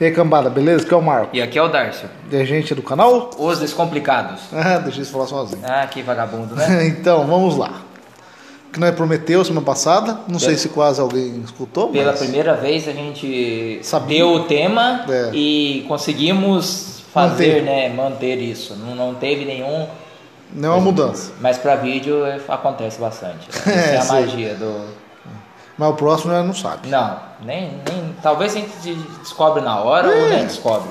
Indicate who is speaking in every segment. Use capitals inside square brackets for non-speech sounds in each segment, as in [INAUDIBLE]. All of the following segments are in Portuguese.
Speaker 1: E aí, cambada, beleza? Que é o Marco.
Speaker 2: E aqui é o Darcio,
Speaker 1: E gente do canal? [LAUGHS]
Speaker 2: os descomplicados.
Speaker 1: Ah, deixa eu falar sozinho. [LAUGHS]
Speaker 2: Ah, que vagabundo, né?
Speaker 1: então, vamos lá. O que nós prometeu semana passada, não sei se quase alguém escutou,
Speaker 2: É. Pela
Speaker 1: mas
Speaker 2: primeira vez a gente
Speaker 1: Sabia.
Speaker 2: deu o tema
Speaker 1: É.
Speaker 2: e conseguimos fazer,
Speaker 1: Manter.
Speaker 2: né, manter isso. Não, não teve nenhum,
Speaker 1: não é uma mudança.
Speaker 2: mas para vídeo é- acontece bastante.
Speaker 1: [LAUGHS]
Speaker 2: Essa
Speaker 1: É,
Speaker 2: é a
Speaker 1: sim.
Speaker 2: magia do...
Speaker 1: Mas o próximo nós não sabe.
Speaker 2: Não, nem, nem... Talvez a gente de- descobre na hora ou nem descobre.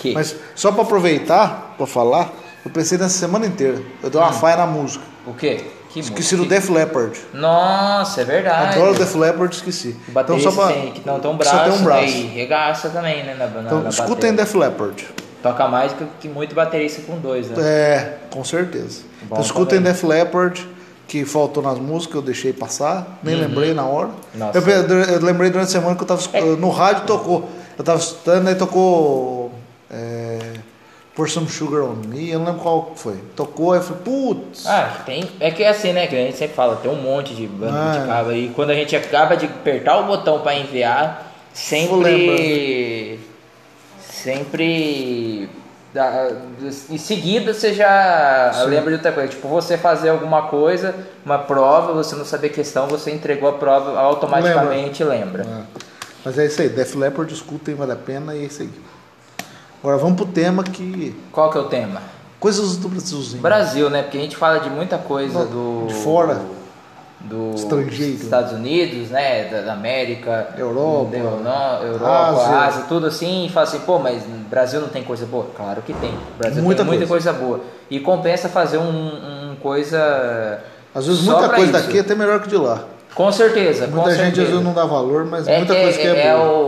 Speaker 2: Que-
Speaker 1: É. Mas só pra aproveitar, pra falar, eu pensei nessa semana inteira. Eu dei uma
Speaker 2: Hum.
Speaker 1: faia na música.
Speaker 2: O quê? Que
Speaker 1: Esqueci do Def Leppard.
Speaker 2: Nossa, Hum. é verdade.
Speaker 1: Adoro o Def Leppard, esqueci. Então,
Speaker 2: O baterista tem, que não tem um braço,
Speaker 1: Só tem um braço.
Speaker 2: Aí, regaça também, né? Na, na,
Speaker 1: Então,
Speaker 2: na
Speaker 1: escutem
Speaker 2: bateria.
Speaker 1: Def Leppard.
Speaker 2: Toca mais que, que muito baterista com dois, né?
Speaker 1: É, com certeza.
Speaker 2: Bom
Speaker 1: então, escutem
Speaker 2: também.
Speaker 1: Def Leppard, que faltou nas músicas, eu deixei passar, nem lembrei na hora.
Speaker 2: Uhum. Nossa.
Speaker 1: Eu, pe- eu lembrei durante a semana que eu tava escu- no rádio tocou. Eu tava escutando, aí tocou. É, Por Some Sugar on Me, eu não lembro qual foi. Tocou, aí eu falei, putz.
Speaker 2: Ah, tem. É que é assim, né? Que a gente sempre fala, tem um monte de banda
Speaker 1: Ah, é.
Speaker 2: de cabo aí. Quando a gente acaba de apertar o botão pra enviar, sempre. Sempre. dá- Em seguida você já lembra de outra coisa. Tipo, você fazer alguma coisa, uma prova, você não sabia a questão, você entregou a prova, automaticamente lembra.
Speaker 1: É. Mas é isso aí, Def Leppard, escutem, vale a pena, e é isso aí. Agora vamos pro tema que.
Speaker 2: Qual que é o tema?
Speaker 1: Coisas do Brasilzinho.
Speaker 2: Brasil, né? Porque a gente fala de muita coisa
Speaker 1: Não,
Speaker 2: do.
Speaker 1: de fora.
Speaker 2: Do
Speaker 1: Estrangeiro.
Speaker 2: Estados Unidos, né? Da, da América.
Speaker 1: Europa.
Speaker 2: da Euro- Europa,
Speaker 1: Ásia.
Speaker 2: Ásia. tudo assim. E fala assim, pô, mas no Brasil não tem coisa boa? Claro que tem. O Brasil
Speaker 1: Muita
Speaker 2: tem muita coisa boa. E compensa fazer um, um coisa.
Speaker 1: Às vezes
Speaker 2: só
Speaker 1: muita
Speaker 2: pra
Speaker 1: coisa
Speaker 2: isso.
Speaker 1: daqui é até melhor que de lá.
Speaker 2: Com certeza, com
Speaker 1: Muita gente
Speaker 2: certeza.
Speaker 1: às vezes não dá valor, mas
Speaker 2: É
Speaker 1: muita
Speaker 2: que
Speaker 1: coisa que é,
Speaker 2: é, é
Speaker 1: boa.
Speaker 2: o,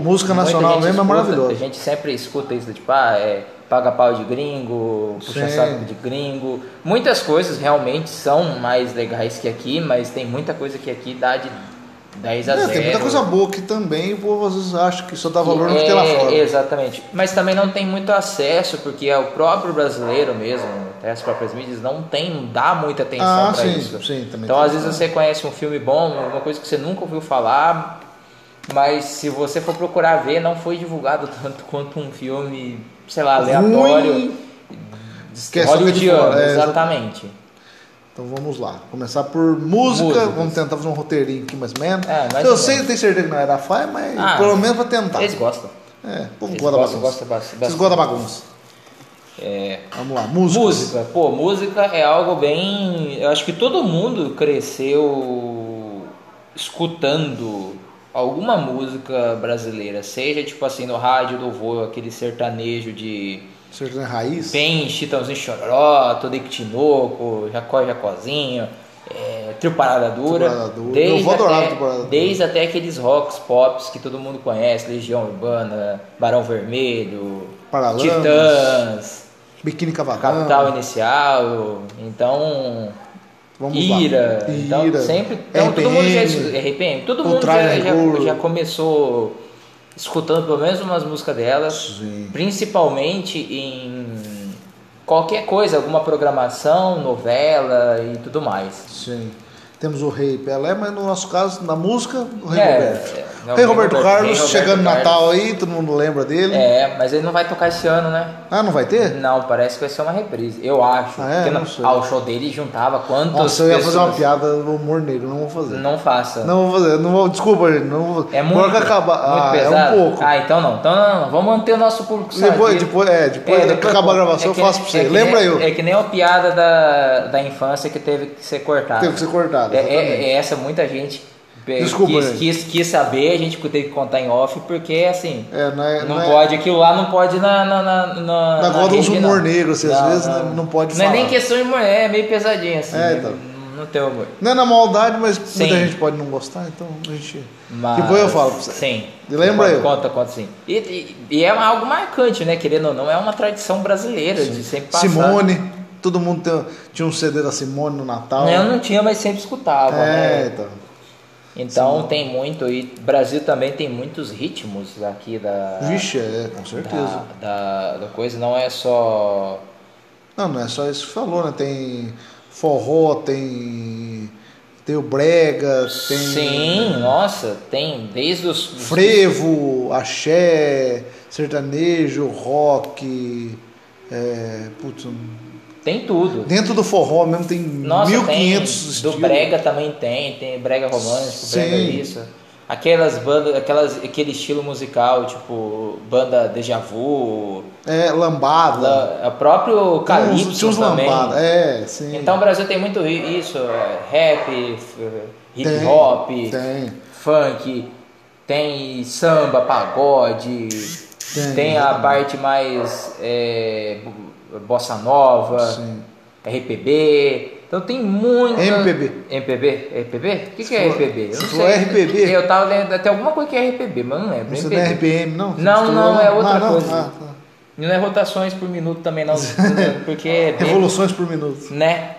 Speaker 2: o-
Speaker 1: Música
Speaker 2: muita
Speaker 1: nacional
Speaker 2: gente
Speaker 1: mesmo é
Speaker 2: escuta,
Speaker 1: maravilhosa.
Speaker 2: A gente sempre escuta isso, tipo, ah, é, paga pau de gringo, puxa
Speaker 1: Sim.
Speaker 2: saco de gringo. Muitas coisas realmente são mais legais que aqui, mas tem muita coisa que aqui dá de 10 a
Speaker 1: É,
Speaker 2: 0.
Speaker 1: tem muita coisa boa que também o povo às vezes acha que só dá valor no que
Speaker 2: É,
Speaker 1: tem lá fora.
Speaker 2: Exatamente. Mas também não tem muito acesso, porque é o próprio brasileiro mesmo, até as próprias mídias, não tem, não dá muita atenção
Speaker 1: Ah,
Speaker 2: pra
Speaker 1: sim,
Speaker 2: isso.
Speaker 1: sim, também
Speaker 2: então,
Speaker 1: tem
Speaker 2: às vezes, você conhece um filme bom, uma coisa que você nunca ouviu falar, mas se você for procurar ver, não foi divulgado [LAUGHS] tanto quanto um filme, sei lá, aleatório.
Speaker 1: que é só de
Speaker 2: Hollywoodiano,
Speaker 1: fora, é, exa-
Speaker 2: exatamente.
Speaker 1: Então vamos lá. Começar por música.
Speaker 2: Músicas.
Speaker 1: Vamos tentar fazer um roteirinho aqui mais ou menos.
Speaker 2: É, mais
Speaker 1: eu
Speaker 2: ou
Speaker 1: sei,
Speaker 2: menos.
Speaker 1: tenho certeza que não vai dar faia, mas
Speaker 2: Ah,
Speaker 1: pelo menos pra tentar.
Speaker 2: Eles gostam.
Speaker 1: É, o povo
Speaker 2: eles
Speaker 1: gosta da
Speaker 2: gostam,
Speaker 1: bagunça.
Speaker 2: gostam ba-
Speaker 1: Vocês
Speaker 2: bastante.
Speaker 1: gostam da bagunça.
Speaker 2: É,
Speaker 1: Vamos lá, música.
Speaker 2: Música, pô, música é algo bem. Eu acho que todo mundo cresceu escutando alguma música brasileira, seja tipo assim no rádio do vô, aquele sertanejo de
Speaker 1: Sertão Raiz.
Speaker 2: bem Chitãozinho Chororó, Todek Tinoco, Jacó Jacozinho, é, Trio Parada Dura.
Speaker 1: Trio Parada Dura. Eu vou adorar o Trio Parada Dura.
Speaker 2: desde até aqueles rocks pops que todo mundo conhece, Legião Urbana, Barão Vermelho,
Speaker 1: Paralamas.
Speaker 2: Titãs.
Speaker 1: Biquíni Cavacão.
Speaker 2: Capital Inicial, então.
Speaker 1: Vamos lá.
Speaker 2: Ira, então
Speaker 1: Ira.
Speaker 2: sempre. Então, todo mundo já
Speaker 1: RPM.
Speaker 2: escuta- RPM, todo
Speaker 1: O
Speaker 2: mundo já,
Speaker 1: Traje Rigor.
Speaker 2: já, já começou escutando pelo menos umas músicas delas,
Speaker 1: Sim.
Speaker 2: principalmente em qualquer coisa, alguma programação, novela e tudo mais.
Speaker 1: Sim. Temos o Rei Pelé, mas no nosso caso, na música, o Rei
Speaker 2: É,
Speaker 1: Roberto.
Speaker 2: é,
Speaker 1: o
Speaker 2: não,
Speaker 1: Rei
Speaker 2: Rei
Speaker 1: Roberto
Speaker 2: Roberto,
Speaker 1: Carlos,
Speaker 2: Rei Roberto
Speaker 1: chegando
Speaker 2: Carlos.
Speaker 1: Natal aí, todo mundo lembra dele.
Speaker 2: É, mas ele não vai tocar esse ano, né?
Speaker 1: Ah, não vai ter?
Speaker 2: Não, parece que vai ser uma reprise, eu acho.
Speaker 1: Ah, é?
Speaker 2: porque
Speaker 1: Não
Speaker 2: não-
Speaker 1: sei.
Speaker 2: ah, o show dele juntava quantas
Speaker 1: Nossa, eu ia fazer uma
Speaker 2: pessoas?
Speaker 1: piada do humor negro, não vou fazer. Não,
Speaker 2: Não faça.
Speaker 1: vou fazer, não vou, desculpa, gente, não vou.
Speaker 2: É
Speaker 1: Na
Speaker 2: muito,
Speaker 1: hora que acabar.
Speaker 2: muito
Speaker 1: ah,
Speaker 2: pesado.
Speaker 1: é um pouco.
Speaker 2: Ah, então não. Então não, não. Vamos manter o nosso público sadio.
Speaker 1: depois, depois, é, depois, que acabar a gravação,
Speaker 2: é que-
Speaker 1: eu faço pra você.
Speaker 2: é que nem-
Speaker 1: Lembra eu?
Speaker 2: É que nem a piada da, da infância que teve que ser cortada.
Speaker 1: Teve que ser cortada,
Speaker 2: É, é-
Speaker 1: exatamente.
Speaker 2: é essa muita gente é,
Speaker 1: Desculpa,
Speaker 2: quis,
Speaker 1: gente.
Speaker 2: quis, quis saber, a gente teve que contar em off, porque assim.
Speaker 1: É, não é-
Speaker 2: Não
Speaker 1: não é-
Speaker 2: pode, aquilo lá não pode na. Na, na, na,
Speaker 1: Na gola
Speaker 2: rede,
Speaker 1: usa humor negro, assim, às vezes não- não pode
Speaker 2: Não é nem
Speaker 1: falar.
Speaker 2: questão de humor, é meio pesadinho assim.
Speaker 1: É,
Speaker 2: né?
Speaker 1: então.
Speaker 2: Não tem humor.
Speaker 1: Não é na maldade, mas muita
Speaker 2: Sim.
Speaker 1: gente pode não gostar, então a gente.
Speaker 2: Mas-
Speaker 1: Depois eu falo pra você.
Speaker 2: Sim.
Speaker 1: Lembra
Speaker 2: Conta,
Speaker 1: eu?
Speaker 2: Conta, conta sim. E, e- e é algo marcante, né? Querendo ou não, é uma tradição brasileira de sempre passar.
Speaker 1: Simone, todo mundo tem- tinha um CD da Simone no Natal.
Speaker 2: Eu não tinha, mas sempre escutava,
Speaker 1: é,
Speaker 2: né?
Speaker 1: então.
Speaker 2: Então tem muito. E Brasil também tem muitos ritmos aqui da.
Speaker 1: Vixe, é, com certeza.
Speaker 2: da, da, da coisa. Não é só.
Speaker 1: Não, não é só isso que falou, né? Tem forró, tem Tem o Brega, tem.
Speaker 2: Sim, nossa, tem desde os. os-
Speaker 1: Frevo, axé, sertanejo, rock. É, putz, um-
Speaker 2: Tem tudo.
Speaker 1: dentro do forró mesmo tem
Speaker 2: Nossa,
Speaker 1: 1500
Speaker 2: tem,
Speaker 1: estilos.
Speaker 2: do brega também tem, tem brega romântico, brega
Speaker 1: Sim.
Speaker 2: isso. Aquelas bandas, aquelas, aquele estilo musical, tipo banda Deja Vu,
Speaker 1: É, lambada.
Speaker 2: la- é o próprio
Speaker 1: Tinha uns- tinha
Speaker 2: Calypso
Speaker 1: uns
Speaker 2: também.
Speaker 1: lambada. É, sim.
Speaker 2: Então o Brasil tem muito i- isso, é, rap, f- hip
Speaker 1: Tem,
Speaker 2: hop,
Speaker 1: Tem.
Speaker 2: funk, tem samba, pagode, tem,
Speaker 1: Tem,
Speaker 2: a parte mais é, bo- bossa nova,
Speaker 1: Sim.
Speaker 2: RPB. Então tem muita.
Speaker 1: MPB.
Speaker 2: MPB? RPB? O que, que é
Speaker 1: falou-
Speaker 2: RPB?
Speaker 1: você falou RPB?
Speaker 2: Eu tava lendo até alguma coisa que é RPB, mas não lembro.
Speaker 1: Você não é
Speaker 2: MPB.
Speaker 1: RPM, não?
Speaker 2: Não,
Speaker 1: Você
Speaker 2: não, é outra
Speaker 1: não,
Speaker 2: coisa.
Speaker 1: Ah, tá.
Speaker 2: Não é rotações por minuto
Speaker 1: [LAUGHS]
Speaker 2: também, não. Porque é bem-
Speaker 1: Revoluções por minuto.
Speaker 2: Né?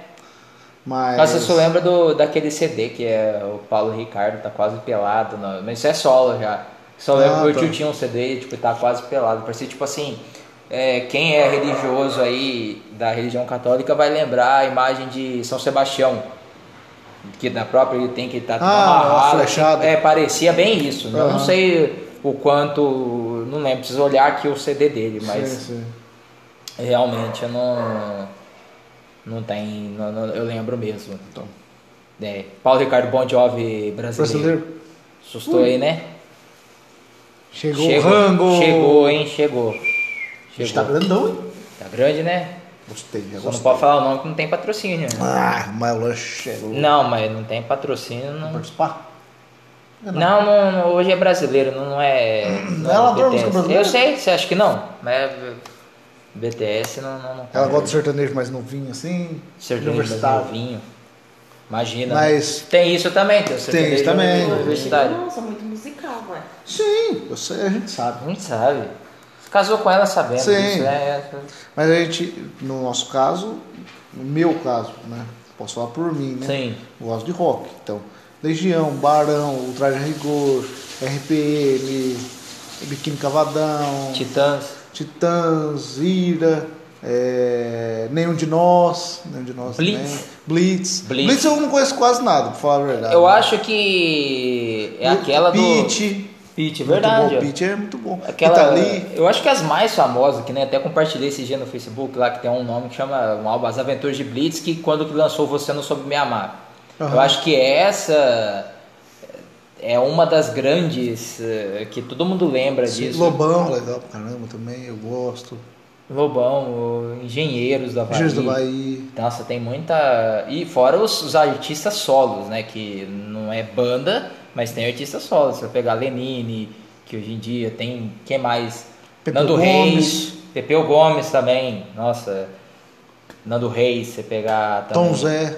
Speaker 1: Mas.
Speaker 2: Nossa, você lembra do, daquele CD que é o Paulo Ricardo tá quase pelado, não, mas isso é solo já. Só lembro
Speaker 1: Ah,
Speaker 2: que meu
Speaker 1: tá.
Speaker 2: tio tinha um CD e tipo, ele tava quase pelado. Parecia tipo assim, é, quem é religioso aí da religião católica vai lembrar a imagem de São Sebastião. Que na própria ele tem que ele tá tudo
Speaker 1: Ah,
Speaker 2: amarrado.
Speaker 1: flechado.
Speaker 2: É, parecia bem isso. né? Eu não
Speaker 1: Aham.
Speaker 2: sei o quanto. Não lembro, preciso olhar aqui o CD dele, mas. assim,
Speaker 1: Sim, sim.
Speaker 2: Realmente eu não. Não tem. não- não- eu lembro mesmo.
Speaker 1: Então.
Speaker 2: É, Paulo Ricardo Bon Jovi brasileiro.
Speaker 1: Brasileiro.
Speaker 2: Assustou aí, né?
Speaker 1: Chegou, o rango.
Speaker 2: Chegou, hein? Chegou.
Speaker 1: Está
Speaker 2: Chegou.
Speaker 1: grandão, hein?
Speaker 2: Tá grande, né?
Speaker 1: Gostei, já
Speaker 2: Só não
Speaker 1: gostei.
Speaker 2: pode falar o nome que não tem patrocínio. né?
Speaker 1: Ah, mas o lanche é louco.
Speaker 2: Não, mas não tem patrocínio. Não,
Speaker 1: Participar?
Speaker 2: não, não, não, hoje é brasileiro, não, não é. Não
Speaker 1: Ela adora
Speaker 2: BTS.
Speaker 1: música brasileira?
Speaker 2: Eu sei, você acha que não? Mas BTS não. não, não
Speaker 1: Ela gosta de sertanejo mais novinho assim.
Speaker 2: Serginho
Speaker 1: universitário.
Speaker 2: Novinho. Imagina.
Speaker 1: Mas-
Speaker 2: né? Tem isso também, tem o sertanejo
Speaker 1: isso também.
Speaker 2: Universitário.
Speaker 3: Não, sou muito musical, ué.
Speaker 1: Sim, eu sei, a gente sabe.
Speaker 2: Não sabe. Você casou com ela sabendo
Speaker 1: Sim.
Speaker 2: disso, né?
Speaker 1: Mas a gente, no nosso caso, no meu caso, né? Posso falar por mim, né?
Speaker 2: Sim.
Speaker 1: Eu gosto de rock. Então, Legião, Barão, Ultraje Rigor, RPM, Biquíni Cavadão,
Speaker 2: Titãs.
Speaker 1: Titãs, Ira, é, Nenhum de Nós, Nenhum de Nós
Speaker 2: Blitz.
Speaker 1: também. Blitz.
Speaker 2: Blitz.
Speaker 1: Blitz eu não conheço quase nada, pra falar a verdade.
Speaker 2: Eu acho que é aquela do.
Speaker 1: Pit.
Speaker 2: Pitch,
Speaker 1: Muito
Speaker 2: verdade.
Speaker 1: bom,
Speaker 2: ó.
Speaker 1: Pit é muito bom.
Speaker 2: Aquela,
Speaker 1: Itali.
Speaker 2: eu acho que as mais famosas, que né, até compartilhei esse dia no Facebook lá, que tem um nome que chama um álbum As Aventuras de Blitz, que quando que lançou Você Não Soube Me Amar.
Speaker 1: Aham.
Speaker 2: Eu acho que essa é uma das grandes eh, que todo mundo lembra disso.
Speaker 1: Lobão, legal pra caramba também, eu gosto.
Speaker 2: Lobão, o Engenheiros da Bahia.
Speaker 1: Jesus do Bahia.
Speaker 2: Nossa, tem muita. E fora os, os artistas solos, né? Que não é banda, mas tem artistas solos. Se eu pegar Lenine, que hoje em dia tem. Quem mais?
Speaker 1: Pepeu
Speaker 2: Nando
Speaker 1: Gomes.
Speaker 2: Reis. Pepeu Gomes também. Nossa. Nando Reis, você pegar. Também.
Speaker 1: Tom Zé.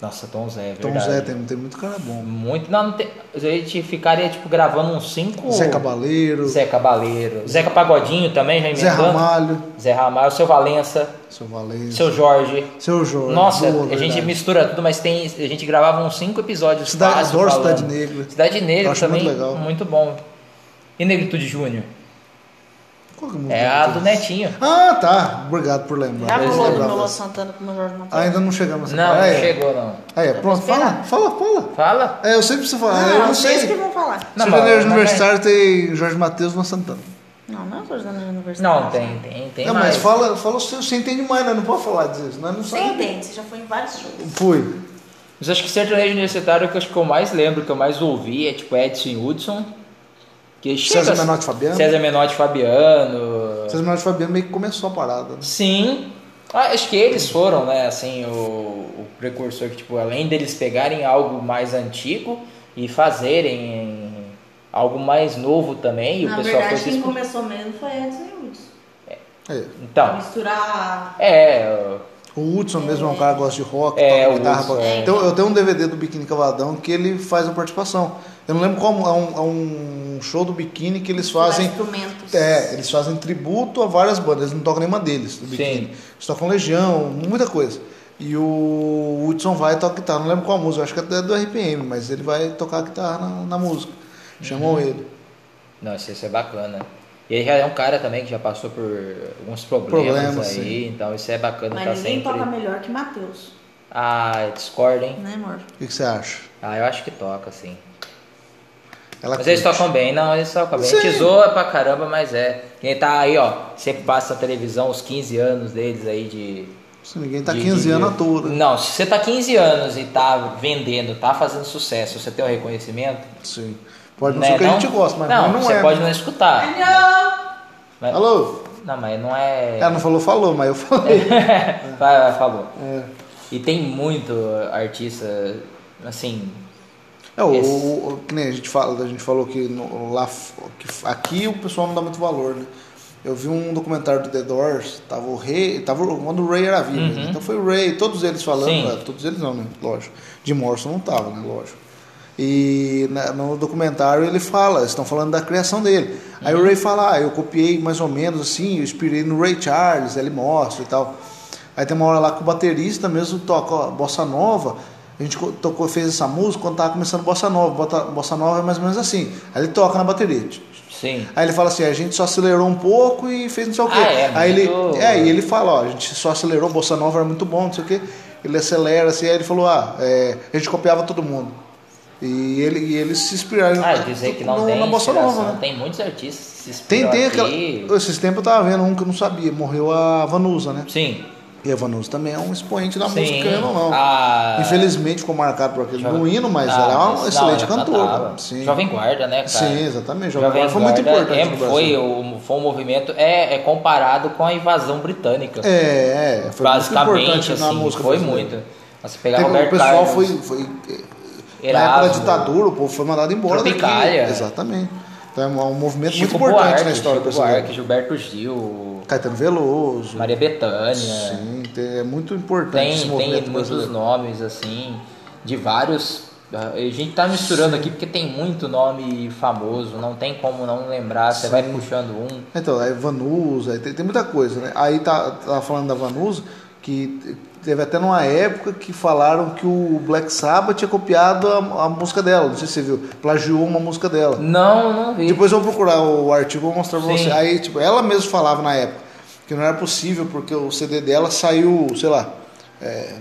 Speaker 2: Nossa, Tom Zé, é
Speaker 1: Tom
Speaker 2: verdade.
Speaker 1: Zé tem, tem muito cara bom.
Speaker 2: Muito. Não, não tem- a gente ficaria tipo gravando uns cinco.
Speaker 1: Zé Cabaleiro, Zé,
Speaker 2: Zé Cabaleiro. Zeca Pagodinho também, já emendando.
Speaker 1: Ramalho,
Speaker 2: Zé Ramalho, seu Valença,
Speaker 1: seu Valença, seu,
Speaker 2: seu Jorge.
Speaker 1: Jorge.
Speaker 2: Nossa,
Speaker 1: boa,
Speaker 2: a gente
Speaker 1: verdade.
Speaker 2: mistura tudo, mas tem, a gente gravava uns cinco episódios.
Speaker 1: Cidade-
Speaker 2: fácil
Speaker 1: adoro
Speaker 2: falando.
Speaker 1: Cidade Negra.
Speaker 2: Cidade Negra
Speaker 1: Acho
Speaker 2: também,
Speaker 1: muito legal.
Speaker 2: bom. E Negritude Júnior?
Speaker 1: Qual que é o nome
Speaker 2: É a
Speaker 1: dele?
Speaker 2: do Netinho.
Speaker 1: Ah, tá. Obrigado por
Speaker 3: Já
Speaker 1: lembrar. Eu
Speaker 3: rolou do
Speaker 1: lembrava
Speaker 3: Lolo
Speaker 1: dessa. Ah,
Speaker 3: Santana pro meu Jorge Matheus?
Speaker 1: Ainda não chegamos
Speaker 2: Não, não
Speaker 1: é.
Speaker 2: chegou não.
Speaker 1: É, pronto, fala, fala, fala.
Speaker 2: Fala.
Speaker 1: É, eu sempre preciso falar. eu não
Speaker 3: vocês
Speaker 1: sei.
Speaker 3: que vão falar.
Speaker 2: Não,
Speaker 1: Não,
Speaker 2: é mas- mas-
Speaker 1: Sertanejo Universitário tem Jorge Matheus e Santana.
Speaker 3: Não, não é coisa da minha universidade.
Speaker 2: Não, tem, tem, tem
Speaker 1: Não,
Speaker 2: mais.
Speaker 1: mas fala, fala o seu, você entende mais, né? Não pode falar disso, nós não
Speaker 3: Você
Speaker 1: sabemos.
Speaker 3: entende, você já foi em vários shows.
Speaker 1: Fui.
Speaker 2: Mas acho que sertanejo universitário que eu acho que eu mais lembro, que eu mais ouvi, é tipo Edson Hudson. Que chega-
Speaker 1: César Menotti e Fabiano.
Speaker 2: César Menotti e Fabiano.
Speaker 1: César Menotti e Fabiano meio que começou a parada. Né?
Speaker 2: Sim. Ah, acho que eles foram, né, assim, o, o precursor que, tipo, além deles pegarem algo mais antigo e fazerem algo mais novo também, e
Speaker 3: Na
Speaker 2: o pessoal
Speaker 3: verdade,
Speaker 2: foi
Speaker 3: quem
Speaker 2: se...
Speaker 3: começou mesmo foi Edson e Hudson.
Speaker 1: É.
Speaker 3: Pra
Speaker 2: Então,
Speaker 3: misturar
Speaker 2: é,
Speaker 1: O Hudson mesmo é um cara que gosta de rock,
Speaker 2: É,
Speaker 1: toca
Speaker 2: o
Speaker 1: guitarra.
Speaker 2: Hudson,
Speaker 1: pra-
Speaker 2: é.
Speaker 1: Então, eu tenho um DVD do Biquíni Cavadão que ele faz uma participação. Eu não lembro como, é um, é um show do Biquíni que eles
Speaker 3: misturar
Speaker 1: fazem.
Speaker 3: instrumentos.
Speaker 1: É, eles fazem tributo a várias bandas, eles não tocam nenhuma deles, do
Speaker 2: Sim.
Speaker 1: Biquíni. Eles tocam Legião, muita coisa. E o Hudson vai tocar guitarra, não lembro qual música, acho que é do RPM, mas ele vai tocar guitarra na, na música. Chamam
Speaker 2: Uhum.
Speaker 1: ele.
Speaker 2: nossa, isso é bacana. E ele já é um cara também que já passou por alguns problemas,
Speaker 1: Problemas,
Speaker 2: aí, então isso é bacana
Speaker 3: Mas
Speaker 2: tá
Speaker 3: ninguém
Speaker 2: sempre...
Speaker 3: toca melhor que Matheus.
Speaker 2: Ah, eu discordo, hein?
Speaker 3: Né, amor?
Speaker 1: O que, que você acha?
Speaker 2: Ah, eu acho que toca, sim.
Speaker 1: Ela
Speaker 2: Mas eles
Speaker 1: curte.
Speaker 2: tocam bem, não, eles tocam bem.
Speaker 1: Sim.
Speaker 2: A gente zoa pra caramba, mas é. Quem tá aí, ó, sempre passa na televisão os 15 anos deles aí de.
Speaker 1: Se ninguém tá
Speaker 2: de-
Speaker 1: 15
Speaker 2: de-
Speaker 1: anos à toa. né?
Speaker 2: Não, se você tá 15 anos e tá vendendo, tá fazendo sucesso, você tem um reconhecimento.
Speaker 1: Sim. Pode não
Speaker 2: né,
Speaker 1: ser o que a gente gosta, mas
Speaker 2: não,
Speaker 1: não, não
Speaker 2: você
Speaker 1: é.
Speaker 2: pode não escutar.
Speaker 3: Alô?
Speaker 2: Mas-
Speaker 1: Alô?
Speaker 2: Não, mas não é.
Speaker 1: Ela não falou, falou, mas eu falei.
Speaker 2: [LAUGHS] Vai, vai, falou.
Speaker 1: É.
Speaker 2: E tem muito artista, assim.
Speaker 1: É, o,
Speaker 2: Esse.
Speaker 1: o- que nem a gente, fala, a gente falou que, no- lá, f- que f- aqui o pessoal não dá muito valor, né? Eu vi um documentário do The Doors, tava o Ray, tava o- quando o Ray era vivo, né? então foi o Ray, todos eles
Speaker 2: Uhum. Sim.
Speaker 1: falando, é, todos eles não, né? Lógico. De Morrison não tava, né? Lógico. E na- no documentário ele fala, eles estão falando da criação dele. Aí o Ray fala, ah, eu copiei mais ou menos assim, eu inspirei no Ray Charles, ele mostra e tal. Aí tem uma hora lá que o baterista mesmo toca, ó, bossa nova. A gente co- tocou, fez essa música quando tava começando bossa nova. Bota- bossa nova é mais ou menos assim. Aí ele toca na bateria.
Speaker 2: Sim.
Speaker 1: Aí ele fala assim, a gente só acelerou um pouco e fez não sei o quê.
Speaker 2: Ah, é,
Speaker 1: aí
Speaker 2: muito-
Speaker 1: ele, é, e ele fala, ó, a gente só acelerou, bossa nova era muito bom, não sei o quê. Ele acelera assim, aí ele falou, ah, é, a gente copiava todo mundo. E ele e eles se inspiraram
Speaker 2: Ah, dizer que não
Speaker 1: no-
Speaker 2: tem.
Speaker 1: na bossa
Speaker 2: inspiração.
Speaker 1: nova, né?
Speaker 2: Tem muitos artistas que se
Speaker 1: Tem,
Speaker 2: inspiram
Speaker 1: tem aquela.
Speaker 2: aqui.
Speaker 1: Esses tempos eu tava vendo um que eu não sabia, morreu a Vanusa, né?
Speaker 2: Sim.
Speaker 1: E a Vanusa também é um expoente da
Speaker 2: sim.
Speaker 1: música, querendo ou não.
Speaker 2: A-
Speaker 1: Infelizmente ficou marcado por aquele
Speaker 2: Jovem-
Speaker 1: moinho, mas
Speaker 2: Ah,
Speaker 1: ela é uma
Speaker 2: mas não,
Speaker 1: excelente
Speaker 2: ela
Speaker 1: cantora.
Speaker 2: cantava.
Speaker 1: Sim.
Speaker 2: Jovem Guarda, né, cara?
Speaker 1: Sim, exatamente. Jovem,
Speaker 2: Jovem
Speaker 1: Guarda foi muito
Speaker 2: Guarda
Speaker 1: importante
Speaker 2: é-
Speaker 1: no
Speaker 2: foi,
Speaker 1: Brasil.
Speaker 2: o, foi um movimento é, é comparado com a invasão britânica.
Speaker 1: É, é, foi muito
Speaker 2: basicamente,
Speaker 1: importante
Speaker 2: assim,
Speaker 1: na música
Speaker 2: foi
Speaker 1: brasileira.
Speaker 2: muito. um Mas você pegar
Speaker 1: Teve-
Speaker 2: Roberto
Speaker 1: o pessoal
Speaker 2: Carlos,
Speaker 1: foi, foi na época da
Speaker 2: é, Erasmo.
Speaker 1: ditadura, o povo foi mandado embora daqui.
Speaker 2: Tropicália.
Speaker 1: Exatamente. Então é um um movimento
Speaker 2: Chico
Speaker 1: muito importante
Speaker 2: Buarque,
Speaker 1: na história
Speaker 2: Chico
Speaker 1: brasileira.
Speaker 2: Buarque, Gilberto Gil,
Speaker 1: Caetano Veloso.
Speaker 2: Maria Bethânia.
Speaker 1: Sim, tem- é muito importante esse
Speaker 2: Tem, tem
Speaker 1: movimento
Speaker 2: muitos
Speaker 1: brasileiro.
Speaker 2: nomes, assim, de vários. A gente tá misturando aqui porque tem muito nome famoso, não tem como não lembrar, você vai puxando um.
Speaker 1: Então, aí Vanusa, aí tem, tem muita coisa, né? Aí tá, tá falando da Vanusa, que teve até numa época que falaram que o Black Sabbath tinha copiado a, a música dela, não sei se você viu, plagiou uma música dela.
Speaker 2: Não, não vi.
Speaker 1: Depois eu vou procurar o artigo e vou mostrar pra
Speaker 2: Sim.
Speaker 1: você. Aí, tipo, ela mesma falava na época que não era possível porque o CD dela saiu, sei lá, é,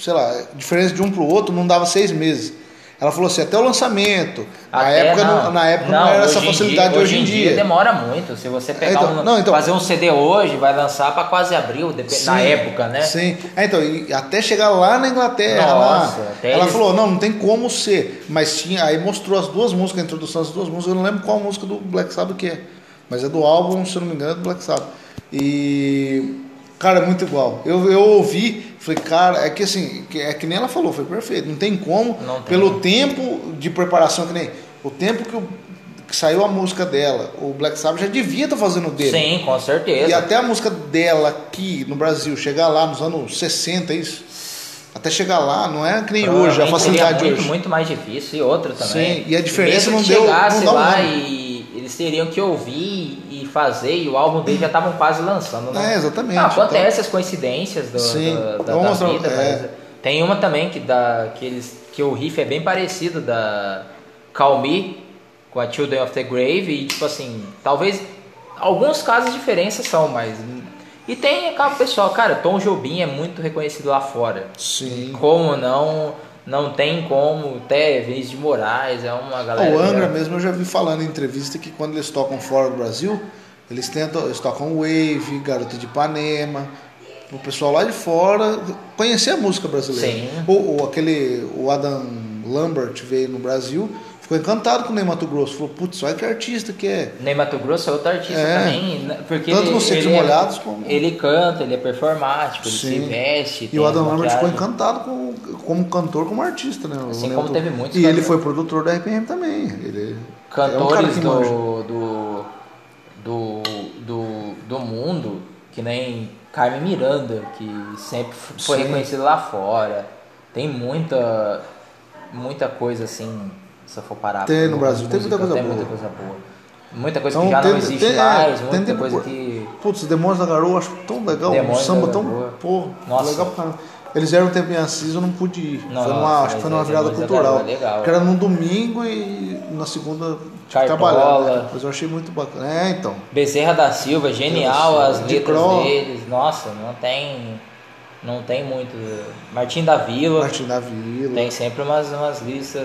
Speaker 1: sei lá, diferença de um pro outro não dava seis meses. Ela falou assim, até o lançamento. na
Speaker 2: Até
Speaker 1: época não,
Speaker 2: não.
Speaker 1: na época não, era essa
Speaker 2: hoje em
Speaker 1: facilidade
Speaker 2: dia-
Speaker 1: hoje em dia.
Speaker 2: demora muito. Se você pegar
Speaker 1: então,
Speaker 2: um,
Speaker 1: não, então-
Speaker 2: fazer um CD hoje, vai lançar pra quase abril, depe- na
Speaker 1: Sim,
Speaker 2: época, né?
Speaker 1: Sim. É, então, e até chegar lá na Inglaterra,
Speaker 2: Nossa,
Speaker 1: lá,
Speaker 2: até
Speaker 1: ela
Speaker 2: eles-
Speaker 1: falou, não, não tem como ser. Mas tinha, aí mostrou as duas músicas, a introdução das duas músicas, eu não lembro qual música do Black Sabbath que é. Mas é do álbum, se eu não me engano, é do Black Sabbath. E. Cara, é muito igual. Eu, eu ouvi, falei, cara, é que assim, que- é que nem ela falou, foi perfeito. Não tem como,
Speaker 2: Não tem.
Speaker 1: pelo tempo de preparação, que nem. O tempo que, o- que saiu a música dela, o Black Sabbath já devia estar fazendo o dele.
Speaker 2: Sim, com certeza.
Speaker 1: E até a música dela aqui no Brasil chegar lá nos anos 60, é isso? Até chegar lá, não é que nem hoje, a
Speaker 2: Provavelmente
Speaker 1: facilidade
Speaker 2: seria muito,
Speaker 1: hoje.
Speaker 2: muito mais difícil e outra também.
Speaker 1: Sim, e a diferença
Speaker 2: Mesmo
Speaker 1: não
Speaker 2: que
Speaker 1: deu- não
Speaker 2: chegasse
Speaker 1: dá um
Speaker 2: lá
Speaker 1: ano.
Speaker 2: e eles teriam que ouvir e fazer e o álbum dele já estavam quase lançando, né?
Speaker 1: É, exatamente.
Speaker 2: Ah, acontece as coincidências do,
Speaker 1: Sim,
Speaker 2: do- da,
Speaker 1: vamos
Speaker 2: da
Speaker 1: mostrar-
Speaker 2: vida,
Speaker 1: é.
Speaker 2: mas tem uma também que dá que eles que o riff é bem parecido da Call Me com a Children of the Grave e tipo assim, talvez alguns casos de diferença são, mas e tem acaba o pessoal, cara, Tom Jobim é muito reconhecido lá fora.
Speaker 1: Sim.
Speaker 2: Como não? Não tem como. Até Vinícius de Moraes é uma galera.
Speaker 1: o Angra mesmo eu já vi falando em entrevista que quando eles tocam fora do Brasil, eles tentam, eles tocam Wave, Garota de Ipanema, o pessoal lá de fora conhecer a música brasileira.
Speaker 2: Sim.
Speaker 1: Ou, ou aquele o Adam Lambert veio no Brasil, ficou encantado com o Ney Mato Grosso, falou, putz, olha que artista que é.
Speaker 2: Ney Mato Grosso é outro artista
Speaker 1: É.
Speaker 2: também. né? Porque
Speaker 1: Tanto
Speaker 2: ele,
Speaker 1: no Secos
Speaker 2: ele é-
Speaker 1: Molhados como-
Speaker 2: Ele canta, ele é performático, ele
Speaker 1: Sim.
Speaker 2: se veste.
Speaker 1: E
Speaker 2: tem
Speaker 1: o Adam Lambert ficou
Speaker 2: maquiagem.
Speaker 1: encantado com, como cantor, como artista, né? Eu
Speaker 2: Assim
Speaker 1: lembro.
Speaker 2: como teve muitos
Speaker 1: E ele
Speaker 2: cantores.
Speaker 1: foi produtor da RPM também. Ele é um cara
Speaker 2: Cantores
Speaker 1: que manja.
Speaker 2: do, do, do, do, do mundo, que nem Carmen Miranda, que sempre f- foi
Speaker 1: Sim.
Speaker 2: reconhecido lá fora. Tem muita, muita coisa assim, se eu for parar.
Speaker 1: Tem no
Speaker 2: por
Speaker 1: Brasil, tem
Speaker 2: música,
Speaker 1: muita coisa
Speaker 2: tem
Speaker 1: boa.
Speaker 2: Muita coisa boa. Muita coisa
Speaker 1: Então,
Speaker 2: que já não
Speaker 1: tem-
Speaker 2: existe
Speaker 1: tem- é,
Speaker 2: mais,
Speaker 1: tem-
Speaker 2: muita
Speaker 1: tem-
Speaker 2: coisa que.
Speaker 1: Putz, Demônios da Garoa, eu acho tão legal.
Speaker 2: Demônios
Speaker 1: um samba
Speaker 2: da
Speaker 1: tão.
Speaker 2: Garoa.
Speaker 1: Porra,
Speaker 2: Nossa.
Speaker 1: legal pra caramba. Eles eram um tempo em Assis, eu não pude ir.
Speaker 2: Não,
Speaker 1: foi
Speaker 2: nossa,
Speaker 1: numa, acho que foi
Speaker 2: mas
Speaker 1: numa
Speaker 2: é
Speaker 1: virada
Speaker 2: Demônios da
Speaker 1: cultural.
Speaker 2: Garoa é legal.
Speaker 1: Que era num domingo e na segunda tinha que
Speaker 2: Cartola.
Speaker 1: trabalhar. né? Mas eu achei muito bacana. É, então.
Speaker 2: Bezerra da Silva, genial
Speaker 1: Silva,
Speaker 2: as
Speaker 1: de
Speaker 2: letras
Speaker 1: Croll.
Speaker 2: deles. Nossa, não tem. Não tem muito. Martim da Vila.
Speaker 1: Martim da Vila.
Speaker 2: Tem sempre umas, umas listas.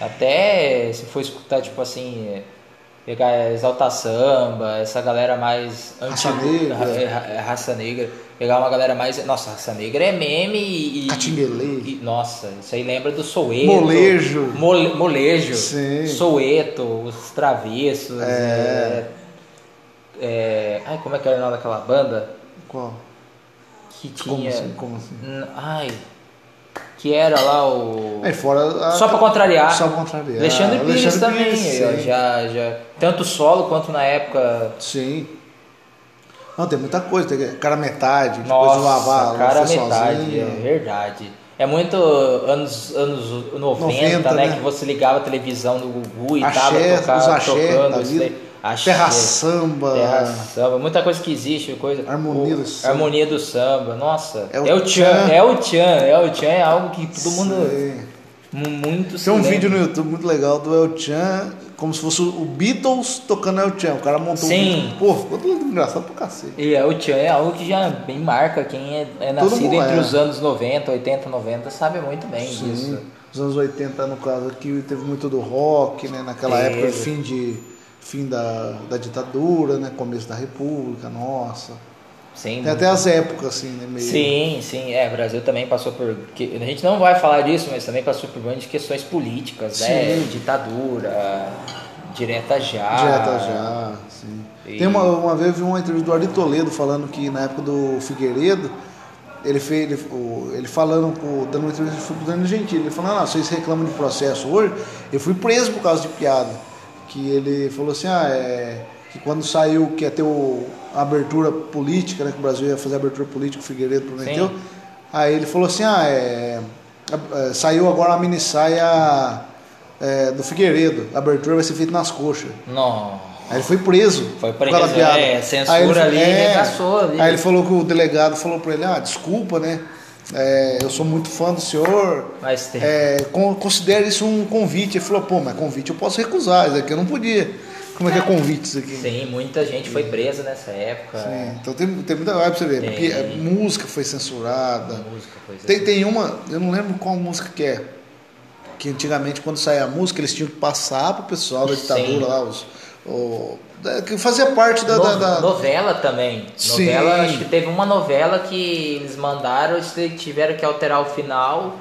Speaker 2: Até se for escutar, tipo assim. Pegar Exalta Samba, essa galera mais.
Speaker 1: Raça
Speaker 2: antiga-
Speaker 1: Negra.
Speaker 2: ra- ra- raça Negra. Pegar uma galera mais. Nossa, Raça Negra é meme e.
Speaker 1: Catinguelê.
Speaker 2: e- nossa, isso aí lembra do Soweto.
Speaker 1: Molejo.
Speaker 2: Mole- molejo.
Speaker 1: Sim.
Speaker 2: Soweto, os Travessos. É. é- ai, como é que era o nome daquela banda?
Speaker 1: Qual?
Speaker 2: Que tinha.
Speaker 1: Como assim? Como assim?
Speaker 2: N- Hum, Ai. Que era lá o.
Speaker 1: Aí É, fora. a-
Speaker 2: Só pra contrariar.
Speaker 1: Só pra contrariar.
Speaker 2: Alexandre Pires também. eu
Speaker 1: sim.
Speaker 2: já, já, tanto solo quanto na época.
Speaker 1: Sim. Não, tem muita coisa. Tem cara metade, depois o Vavá,
Speaker 2: Nossa,
Speaker 1: lá
Speaker 2: cara,
Speaker 1: foi
Speaker 2: metade. É
Speaker 1: sozinho.
Speaker 2: verdade. É muito anos, anos 90,
Speaker 1: 90,
Speaker 2: né,
Speaker 1: né?
Speaker 2: Que você ligava a televisão do Gugu e
Speaker 1: Axé,
Speaker 2: tava tocando,
Speaker 1: os axé
Speaker 2: tocando
Speaker 1: da
Speaker 2: isso
Speaker 1: vida.
Speaker 2: daí. Axé,
Speaker 1: Terra Samba.
Speaker 2: terra samba, muita coisa que existe, coisa.
Speaker 1: Harmonia
Speaker 2: o-
Speaker 1: do samba.
Speaker 2: harmonia do samba, nossa.
Speaker 1: É o
Speaker 2: é o tchan,
Speaker 1: tchan.
Speaker 2: é o tchan, é o tchan, é algo que todo mundo
Speaker 1: Sim.
Speaker 2: mu- muito se
Speaker 1: Tem um
Speaker 2: lembra.
Speaker 1: vídeo no YouTube muito legal do El Chan, como se fosse o Beatles tocando El Chan. O cara montou
Speaker 2: Sim.
Speaker 1: um vídeo. Pô, ficou tudo engraçado pra cacete.
Speaker 2: E é, o Tchan é algo que já bem marca. Quem é, é
Speaker 1: Todo
Speaker 2: nascido
Speaker 1: mundo
Speaker 2: entre
Speaker 1: é.
Speaker 2: os anos 90, 80, 90 sabe muito bem disso.
Speaker 1: Os anos 80, no caso aqui, teve muito do rock, né? Naquela
Speaker 2: Teve.
Speaker 1: época, fim de fim da, da ditadura, né? Começo da república, nossa.
Speaker 2: Sim,
Speaker 1: Tem até as épocas, assim, né? Meio...
Speaker 2: sim, sim. É, o Brasil também passou por. que- a gente não vai falar disso, mas também passou por um monte de questões políticas, né?
Speaker 1: Sim.
Speaker 2: Ditadura, direta já.
Speaker 1: Direta já, sim.
Speaker 2: E-
Speaker 1: Tem uma, uma vez eu vi uma entrevista do Ari Toledo falando que na época do Figueiredo, ele fez. Ele, o- ele falando, com- dando uma entrevista pro Daniel Gentili, ele falando, ah, vocês reclamam de processo hoje, eu fui preso por causa de piada. Que ele falou assim, ah, é. Que quando saiu que ia ter o, a abertura política, né? Que o Brasil ia fazer a abertura política, o Figueiredo prometeu.
Speaker 2: Sim.
Speaker 1: Aí ele falou assim, ah, é. a- é, Saiu agora a minissaia é, do Figueiredo. A abertura vai ser feita nas coxas.
Speaker 2: Não.
Speaker 1: Aí ele foi preso.
Speaker 2: Foi
Speaker 1: por causa
Speaker 2: preso,
Speaker 1: da piada.
Speaker 2: é, censura
Speaker 1: Aí
Speaker 2: ali, regaçou ali.
Speaker 1: Aí ele falou que o delegado falou pra ele, ah, desculpa, né? É, eu sou muito fã do senhor.
Speaker 2: Mas tem.
Speaker 1: É, con- considere isso um convite. Ele falou, pô, mas convite eu posso recusar, isso aqui eu não podia. Como é que é convite isso aqui?
Speaker 2: Sim, muita gente foi presa nessa época.
Speaker 1: Sim. Então tem, tem muita vibe pra você ver.
Speaker 2: Tem.
Speaker 1: Pi- Música foi censurada.
Speaker 2: Música, coisa
Speaker 1: Tem, tem uma, eu não lembro qual música que é. Que antigamente, quando saía a música, eles tinham que passar pro pessoal da ditadura
Speaker 2: Sim.
Speaker 1: lá, os. O, da- que fazia parte da. da-
Speaker 2: No-
Speaker 1: da-
Speaker 2: Novela também.
Speaker 1: Sim.
Speaker 2: Novela, acho que teve uma novela que eles mandaram e tiveram que alterar o final.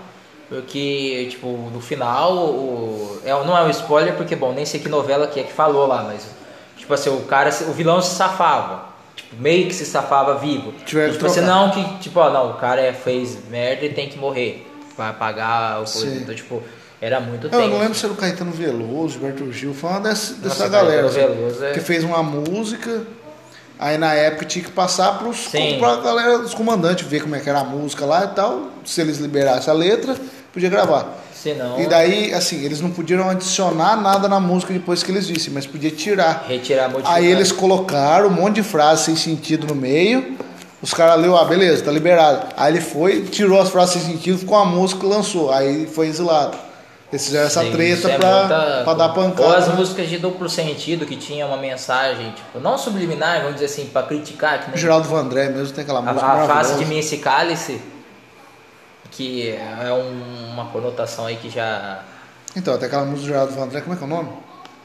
Speaker 2: Porque, tipo, no final, o- é, não é um spoiler, porque, bom, nem sei que novela que é que falou lá, mas, tipo assim, o cara, se- o vilão se safava. Tipo, meio que se safava vivo.
Speaker 1: Tiveram
Speaker 2: E,
Speaker 1: que
Speaker 2: tipo assim,
Speaker 1: trocar.
Speaker 2: não, que, tipo, ó, não, o cara é- fez merda e tem que morrer. Vai pagar o coisa.
Speaker 1: Sim.
Speaker 2: Então, tipo, era muito
Speaker 1: Eu não
Speaker 2: tenso.
Speaker 1: lembro se era o Caetano Veloso, Gilberto Gil, foi uma dessa, dessa
Speaker 2: Caetano
Speaker 1: galera. assim,
Speaker 2: Veloso é-
Speaker 1: Que fez uma música, aí na época tinha que passar pros,
Speaker 2: Sim.
Speaker 1: pra galera dos comandantes, ver como é que era a música lá e tal. Se eles liberassem a letra, podia gravar.
Speaker 2: Senão,
Speaker 1: E daí, assim, eles não podiam adicionar nada na música depois que eles vissem, mas podia tirar.
Speaker 2: retirar a
Speaker 1: Aí eles colocaram um monte de frase sem sentido no meio. Os caras leu, ah, beleza, tá liberado. Aí ele foi, tirou as frases sem sentido, ficou a música e lançou. Aí foi exilado. Eles fizeram essa
Speaker 2: Sim, isso
Speaker 1: treta
Speaker 2: é
Speaker 1: pra,
Speaker 2: muita-
Speaker 1: pra dar
Speaker 2: Ou as
Speaker 1: pancada. né?
Speaker 2: músicas de duplo sentido que tinha uma mensagem, tipo, não subliminar, vamos dizer assim, pra criticar, que
Speaker 1: O
Speaker 2: nem
Speaker 1: Geraldo Vandré mesmo tem aquela
Speaker 2: a,
Speaker 1: música.
Speaker 2: a face de
Speaker 1: maravilhosa.
Speaker 2: mim esse cálice, que é um- uma conotação aí que já.
Speaker 1: Então, tem aquela música do Geraldo Vandré, como é que é o nome?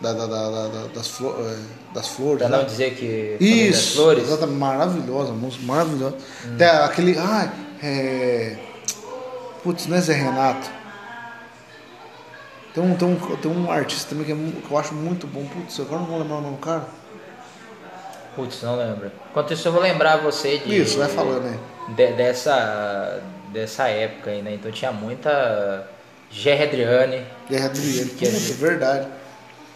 Speaker 1: Da, da, da- da- da- das, flo- eh, das flores.
Speaker 2: Pra
Speaker 1: né?
Speaker 2: não dizer que. falei das
Speaker 1: Isso,
Speaker 2: flores.
Speaker 1: exatamente, maravilhosa, música maravilhosa. Tem aquele, ah, é... Putz, não é Zé Renato? Tem um, tem um, tem um artista também que, é mu- que eu acho muito bom, putz, agora não vou lembrar o nome do cara.
Speaker 2: Putz, não lembro. Enquanto isso, eu vou lembrar você de.
Speaker 1: Isso, vai falando aí.
Speaker 2: de- dessa, dessa época aí, né? Então tinha muita. Gerry Adriane.
Speaker 1: Guerra do Rio,
Speaker 2: Que é-
Speaker 1: putz, é verdade.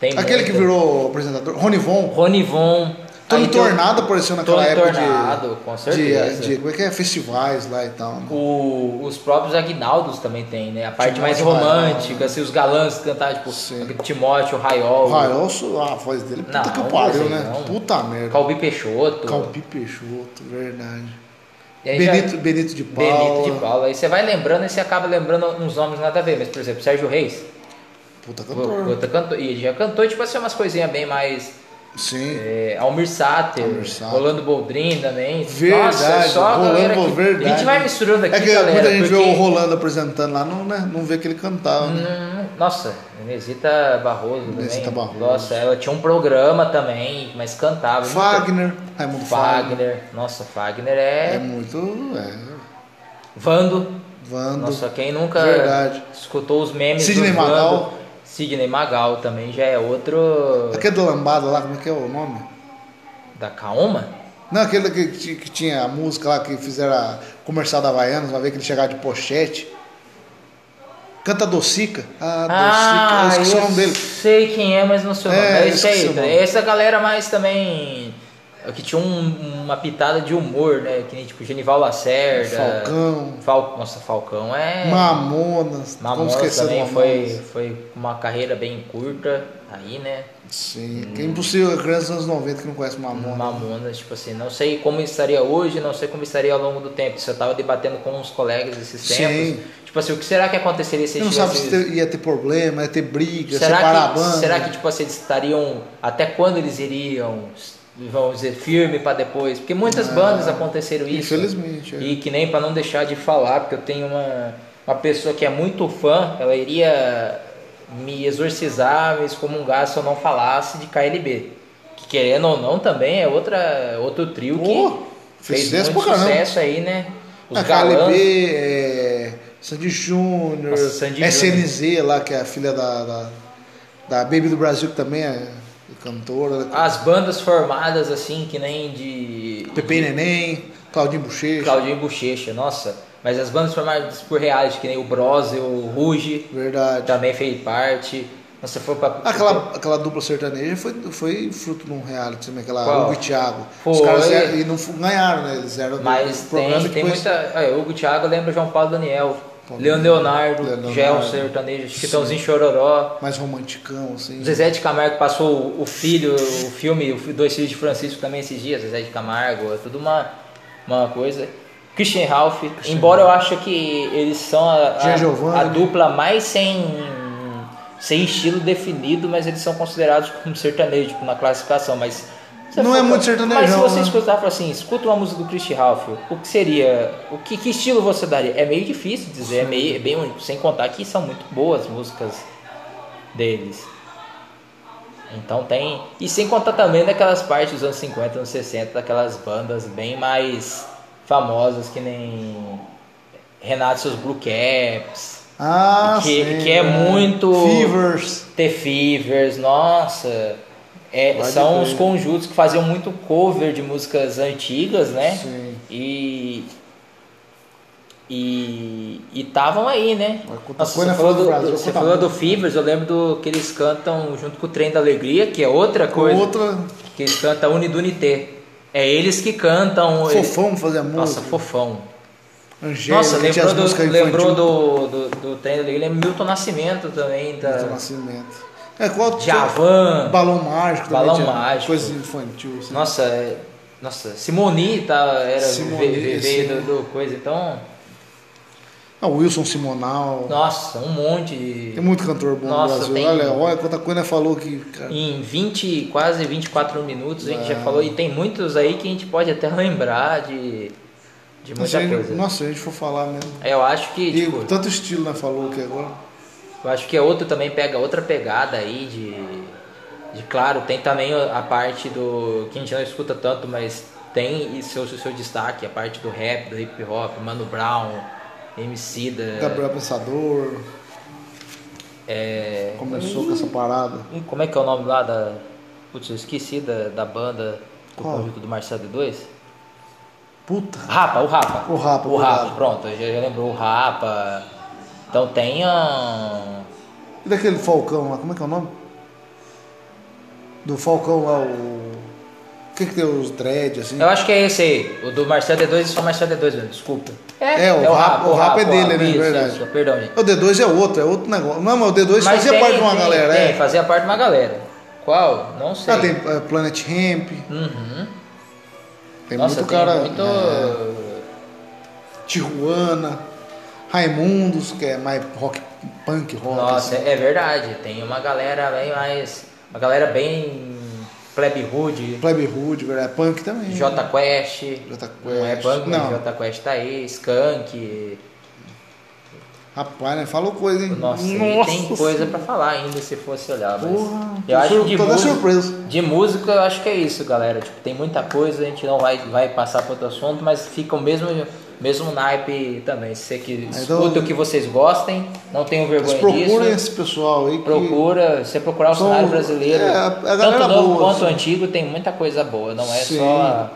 Speaker 2: Tem
Speaker 1: Aquele que
Speaker 2: muita-
Speaker 1: virou apresentador, Ronivon.
Speaker 2: Ronivon.
Speaker 1: Tony
Speaker 2: Aí tem o-
Speaker 1: Tornado apareceu naquela
Speaker 2: Tony
Speaker 1: época de-
Speaker 2: Tornado, com
Speaker 1: de,
Speaker 2: certeza.
Speaker 1: de, Como é que é? Festivais lá e tal. né?
Speaker 2: O- os próprios Aguinaldos também tem, né? A parte mais
Speaker 1: Timóteo
Speaker 2: romântica, assim, os galãs cantar, tipo,
Speaker 1: Sim.
Speaker 2: aquele Timóteo, Raiol,
Speaker 1: Rael, a voz dele, puta
Speaker 2: Não,
Speaker 1: que pariu,
Speaker 2: não,
Speaker 1: né?
Speaker 2: não.
Speaker 1: Puta merda.
Speaker 2: Calbi Peixoto.
Speaker 1: Calpi Peixoto, verdade.
Speaker 2: E aí É, já-
Speaker 1: Benito, Benito de Paula.
Speaker 2: Benito de Paula. Aí você vai lembrando e você acaba lembrando uns nomes nada a ver, mas, por exemplo, Sérgio Reis.
Speaker 1: Puta cantor.
Speaker 2: Puta, cantou, e ele já cantou, tipo assim, umas coisinhas bem mais
Speaker 1: Sim.
Speaker 2: É, Almir Sater,
Speaker 1: Almir Sater.
Speaker 2: Rolando Boldrin também.
Speaker 1: Verdade,
Speaker 2: Nossa, é só a galera
Speaker 1: Rolando,
Speaker 2: que-
Speaker 1: verdade.
Speaker 2: A gente vai misturando aqui,
Speaker 1: É que
Speaker 2: galera.
Speaker 1: muita gente vê
Speaker 2: porque-
Speaker 1: o Rolando apresentando lá, não, né, não vê que ele cantava. né?
Speaker 2: Hum, Nossa, Inesita Barroso também.
Speaker 1: Inesita Barroso.
Speaker 2: Nossa, ela tinha um programa também, mas cantava.
Speaker 1: Fagner, Raimundo Fagner.
Speaker 2: Fagner. Nossa, Fagner é...
Speaker 1: É muito. É,
Speaker 2: Vando.
Speaker 1: Vando.
Speaker 2: Nossa, quem nunca
Speaker 1: Verdade.
Speaker 2: escutou os memes
Speaker 1: Sidney
Speaker 2: do
Speaker 1: Magal.
Speaker 2: Vando? Sidney Magal também já é outro...
Speaker 1: Aquele da lambada lá, como é que é o nome?
Speaker 2: Da Kaoma?
Speaker 1: Não, aquele que, ti- que tinha a música lá que fizeram a comercial da Havaianas, uma vez que ele chegava de pochete. Canta Docica. Ah,
Speaker 2: Ah,
Speaker 1: Docica. Eu esqueci o
Speaker 2: eu
Speaker 1: nome dele.
Speaker 2: sei quem é, mas não sei o nome.
Speaker 1: É,
Speaker 2: É,
Speaker 1: eu
Speaker 2: esse aí.
Speaker 1: esqueci o
Speaker 2: tá?
Speaker 1: nome.
Speaker 2: Essa galera mais também... Que tinha um- uma pitada de humor, né? Que nem tipo Genival Lacerda.
Speaker 1: Falcão.
Speaker 2: Fal... Nossa, Falcão é...
Speaker 1: Mamonas. Como
Speaker 2: Mamonas
Speaker 1: esquecer do
Speaker 2: também
Speaker 1: Mamonas.
Speaker 2: foi, foi uma carreira bem curta aí, né?
Speaker 1: Sim. Que é impossível, a criança dos anos 90 que não conhece Mamonas.
Speaker 2: Mamonas, tipo assim, não sei como estaria hoje, não sei como estaria ao longo do tempo. Isso eu tava debatendo com uns colegas esses
Speaker 1: Sim.
Speaker 2: tempos. Tipo assim, o que será que aconteceria se
Speaker 1: Você não
Speaker 2: eles
Speaker 1: sabe se
Speaker 2: tivessem-
Speaker 1: ter- ia ter problema, ia ter briga, separar
Speaker 2: assim, será
Speaker 1: a
Speaker 2: que,
Speaker 1: banda.
Speaker 2: será que, tipo assim, eles estariam. Até quando eles iriam, vamos dizer, firme pra depois? Porque muitas bandas aconteceram isso.
Speaker 1: Infelizmente, é.
Speaker 2: E que nem pra não deixar de falar, porque eu tenho uma, uma pessoa que é muito fã, ela iria me exorcizar, me excomungar se eu não falasse de KLB. Que querendo ou não também é outra, outro trio
Speaker 1: Oh,
Speaker 2: que fez
Speaker 1: sucesso
Speaker 2: muito
Speaker 1: pra caramba.
Speaker 2: sucesso aí, né? Os
Speaker 1: A
Speaker 2: galãs.
Speaker 1: KLB, Ah, é, Sandy Júnior,
Speaker 2: Nossa, Sandy
Speaker 1: SNZ lá, que é a filha da, da, da Baby do Brasil, que também é cantora. né?
Speaker 2: As bandas formadas assim, que nem de.
Speaker 1: Pepe e Neném, Claudinho Bochecha.
Speaker 2: Claudinho Bochecha, nossa. Mas as bandas formadas por reality, que nem o Brose, o Ruge,
Speaker 1: Verdade.
Speaker 2: também fez parte. Nossa, foi pra.
Speaker 1: Ah, Aquela, aquela dupla sertaneja foi, foi fruto de um reality também, aquela
Speaker 2: Qual?
Speaker 1: Hugo e Thiago. Os
Speaker 2: Foi.
Speaker 1: caras eram- e não fu- ganharam, né? Eles eram do
Speaker 2: Mas
Speaker 1: programa
Speaker 2: tem,
Speaker 1: e
Speaker 2: tem
Speaker 1: depois-
Speaker 2: muita. Olha, Hugo Thiago lembra João Paulo Daniel,
Speaker 1: Paulo
Speaker 2: Leon Leonardo,
Speaker 1: Leonardo.
Speaker 2: já é um sertanejo, Chitãozinho Chororó.
Speaker 1: Mais romanticão, assim.
Speaker 2: Zezé de Camargo passou o- o filho, o filme, o fi- dois filhos de Francisco também esses dias, Zezé de Camargo, é tudo uma, uma coisa. Christian Ralph, embora eu acho que eles são a,
Speaker 1: Jean
Speaker 2: a,
Speaker 1: Giovanni.
Speaker 2: a dupla mais sem, sem estilo definido, mas eles são considerados como sertanejo tipo, na classificação, mas você
Speaker 1: Não é muito
Speaker 2: Mas se
Speaker 1: sertanejão,
Speaker 2: você
Speaker 1: né?
Speaker 2: escutar e falar assim, escuta uma música do Christian Ralph, o que seria, o que, que estilo você daria? É meio difícil dizer, é meio é bem único, sem contar que são muito boas as músicas deles. Então tem. E sem contar também daquelas partes dos anos 50, anos 60, daquelas bandas bem mais famosas que nem Renato e seus Blue Caps,
Speaker 1: Ah,
Speaker 2: que-
Speaker 1: sim,
Speaker 2: que é muito-
Speaker 1: Fevers.
Speaker 2: The Fevers, nossa. É,
Speaker 1: Pode
Speaker 2: são
Speaker 1: crer.
Speaker 2: os conjuntos que faziam muito cover de músicas antigas, né?
Speaker 1: Sim.
Speaker 2: E. E. E estavam aí, né?
Speaker 1: Mas quanta
Speaker 2: Nossa,
Speaker 1: coisa
Speaker 2: você falou,
Speaker 1: foi
Speaker 2: do,
Speaker 1: no Brasil,
Speaker 2: você
Speaker 1: quanta
Speaker 2: falou do
Speaker 1: música.
Speaker 2: Fevers, eu lembro do que eles cantam junto com o Trem da Alegria, que é outra coisa.
Speaker 1: Outra.
Speaker 2: Que eles cantam Unidunité. É eles que cantam. eles-
Speaker 1: Fofão fazia
Speaker 2: Nossa,
Speaker 1: música.
Speaker 2: fofão.
Speaker 1: Angélica,
Speaker 2: Nossa,
Speaker 1: tinha
Speaker 2: lembrou,
Speaker 1: as
Speaker 2: do,
Speaker 1: músicas
Speaker 2: lembrou
Speaker 1: infantil.
Speaker 2: do, do, do trem da Alegria. Lembra Milton Nascimento também. Da...
Speaker 1: Milton Nascimento. É, qual outro-
Speaker 2: Javan.
Speaker 1: Balão Mágico
Speaker 2: Balão
Speaker 1: tinha
Speaker 2: Mágico.
Speaker 1: Coisa infantil. assim.
Speaker 2: Nossa, é- nossa, Simoni tá, era
Speaker 1: Simoni,
Speaker 2: Simoni,
Speaker 1: sim.
Speaker 2: do, do coisa, então.
Speaker 1: Ah, Wilson Simonal.
Speaker 2: Nossa, um monte de.
Speaker 1: Tem muito cantor bom
Speaker 2: Nossa,
Speaker 1: no Brasil.
Speaker 2: tem-
Speaker 1: Olha, olha quanta coisa né, falou que. cara.
Speaker 2: Em 20, quase 24 minutos a gente já falou, e tem muitos aí que a gente pode até [LAUGHS] lembrar de, de
Speaker 1: Se a
Speaker 2: muita
Speaker 1: gente-
Speaker 2: coisa.
Speaker 1: nossa, se a gente for falar mesmo.
Speaker 2: Eu acho que,
Speaker 1: E
Speaker 2: tipo,
Speaker 1: tanto estilo, né? Falou que agora.
Speaker 2: eu acho que é outro também pega outra pegada aí de, de claro, tem também a parte do que a gente não escuta tanto, mas tem e seu seu destaque, a parte do rap, do hip hop, Mano Brown, MC da
Speaker 1: Gabriel Pensador
Speaker 2: é,
Speaker 1: começou com essa parada.
Speaker 2: Hum, Como é que é o nome lá da. Putz, eu esqueci da, da banda do
Speaker 1: Qual?
Speaker 2: conjunto do Marcelo D2?
Speaker 1: Puta.
Speaker 2: Rapa, o Rapa.
Speaker 1: O Rapa,
Speaker 2: o Rapa,
Speaker 1: verdade.
Speaker 2: pronto, já, já lembrou o Rapa. Então um- tem a.
Speaker 1: E daquele Falcão lá, como é que é o nome? Do Falcão lá, o. O que que tem os dread, assim?
Speaker 2: Eu acho que é esse aí, é o do Marcelo D2 e só Marcelo D2 mesmo, desculpa.
Speaker 1: É, o Rapa- o Rapa é dele, né,
Speaker 2: isso,
Speaker 1: verdade.
Speaker 2: isso, perdão, gente.
Speaker 1: O D2 é outro, é outro negócio. Não, mas o D2
Speaker 2: Mas
Speaker 1: fazia
Speaker 2: tem-
Speaker 1: parte de uma
Speaker 2: tem-
Speaker 1: galera,
Speaker 2: tem,
Speaker 1: é.
Speaker 2: fazia parte de uma galera. Qual? Não sei.
Speaker 1: Ah, tem é, Planet Hemp,
Speaker 2: Uhum.
Speaker 1: tem
Speaker 2: Nossa,
Speaker 1: muito
Speaker 2: tem
Speaker 1: cara.
Speaker 2: muito-
Speaker 1: é, Tijuana, Raimundos, que é mais rock, punk rock.
Speaker 2: Nossa,
Speaker 1: assim.
Speaker 2: é verdade. Tem uma galera bem mais. Uma galera bem Pleb Hood,
Speaker 1: Plebe Hood, é punk também.
Speaker 2: J Quest.
Speaker 1: Jota
Speaker 2: Não é
Speaker 1: Quest,
Speaker 2: punk, mas
Speaker 1: não.
Speaker 2: J Quest tá aí, Skunk.
Speaker 1: Rapaz, né? Falou coisa, hein?
Speaker 2: Nossa, e tem coisa pra falar ainda se fosse olhar, mas.
Speaker 1: Porra,
Speaker 2: eu acho
Speaker 1: sur-
Speaker 2: que de
Speaker 1: tô até
Speaker 2: música,
Speaker 1: surpreso.
Speaker 2: de música eu acho que é isso, galera. Tipo, tem muita coisa, a gente não vai, vai passar para outro assunto, mas fica o mesmo, mesmo naipe também. Se você que
Speaker 1: então-
Speaker 2: escuta o que vocês gostem, não tenham
Speaker 1: Mas
Speaker 2: vergonha disso.
Speaker 1: procurem esse pessoal aí. que-
Speaker 2: Procura, você procurar o
Speaker 1: São-
Speaker 2: cenário brasileiro,
Speaker 1: é, a- a galera
Speaker 2: tanto novo
Speaker 1: boa,
Speaker 2: quanto
Speaker 1: assim.
Speaker 2: antigo, tem muita coisa boa, não é
Speaker 1: Sim.
Speaker 2: só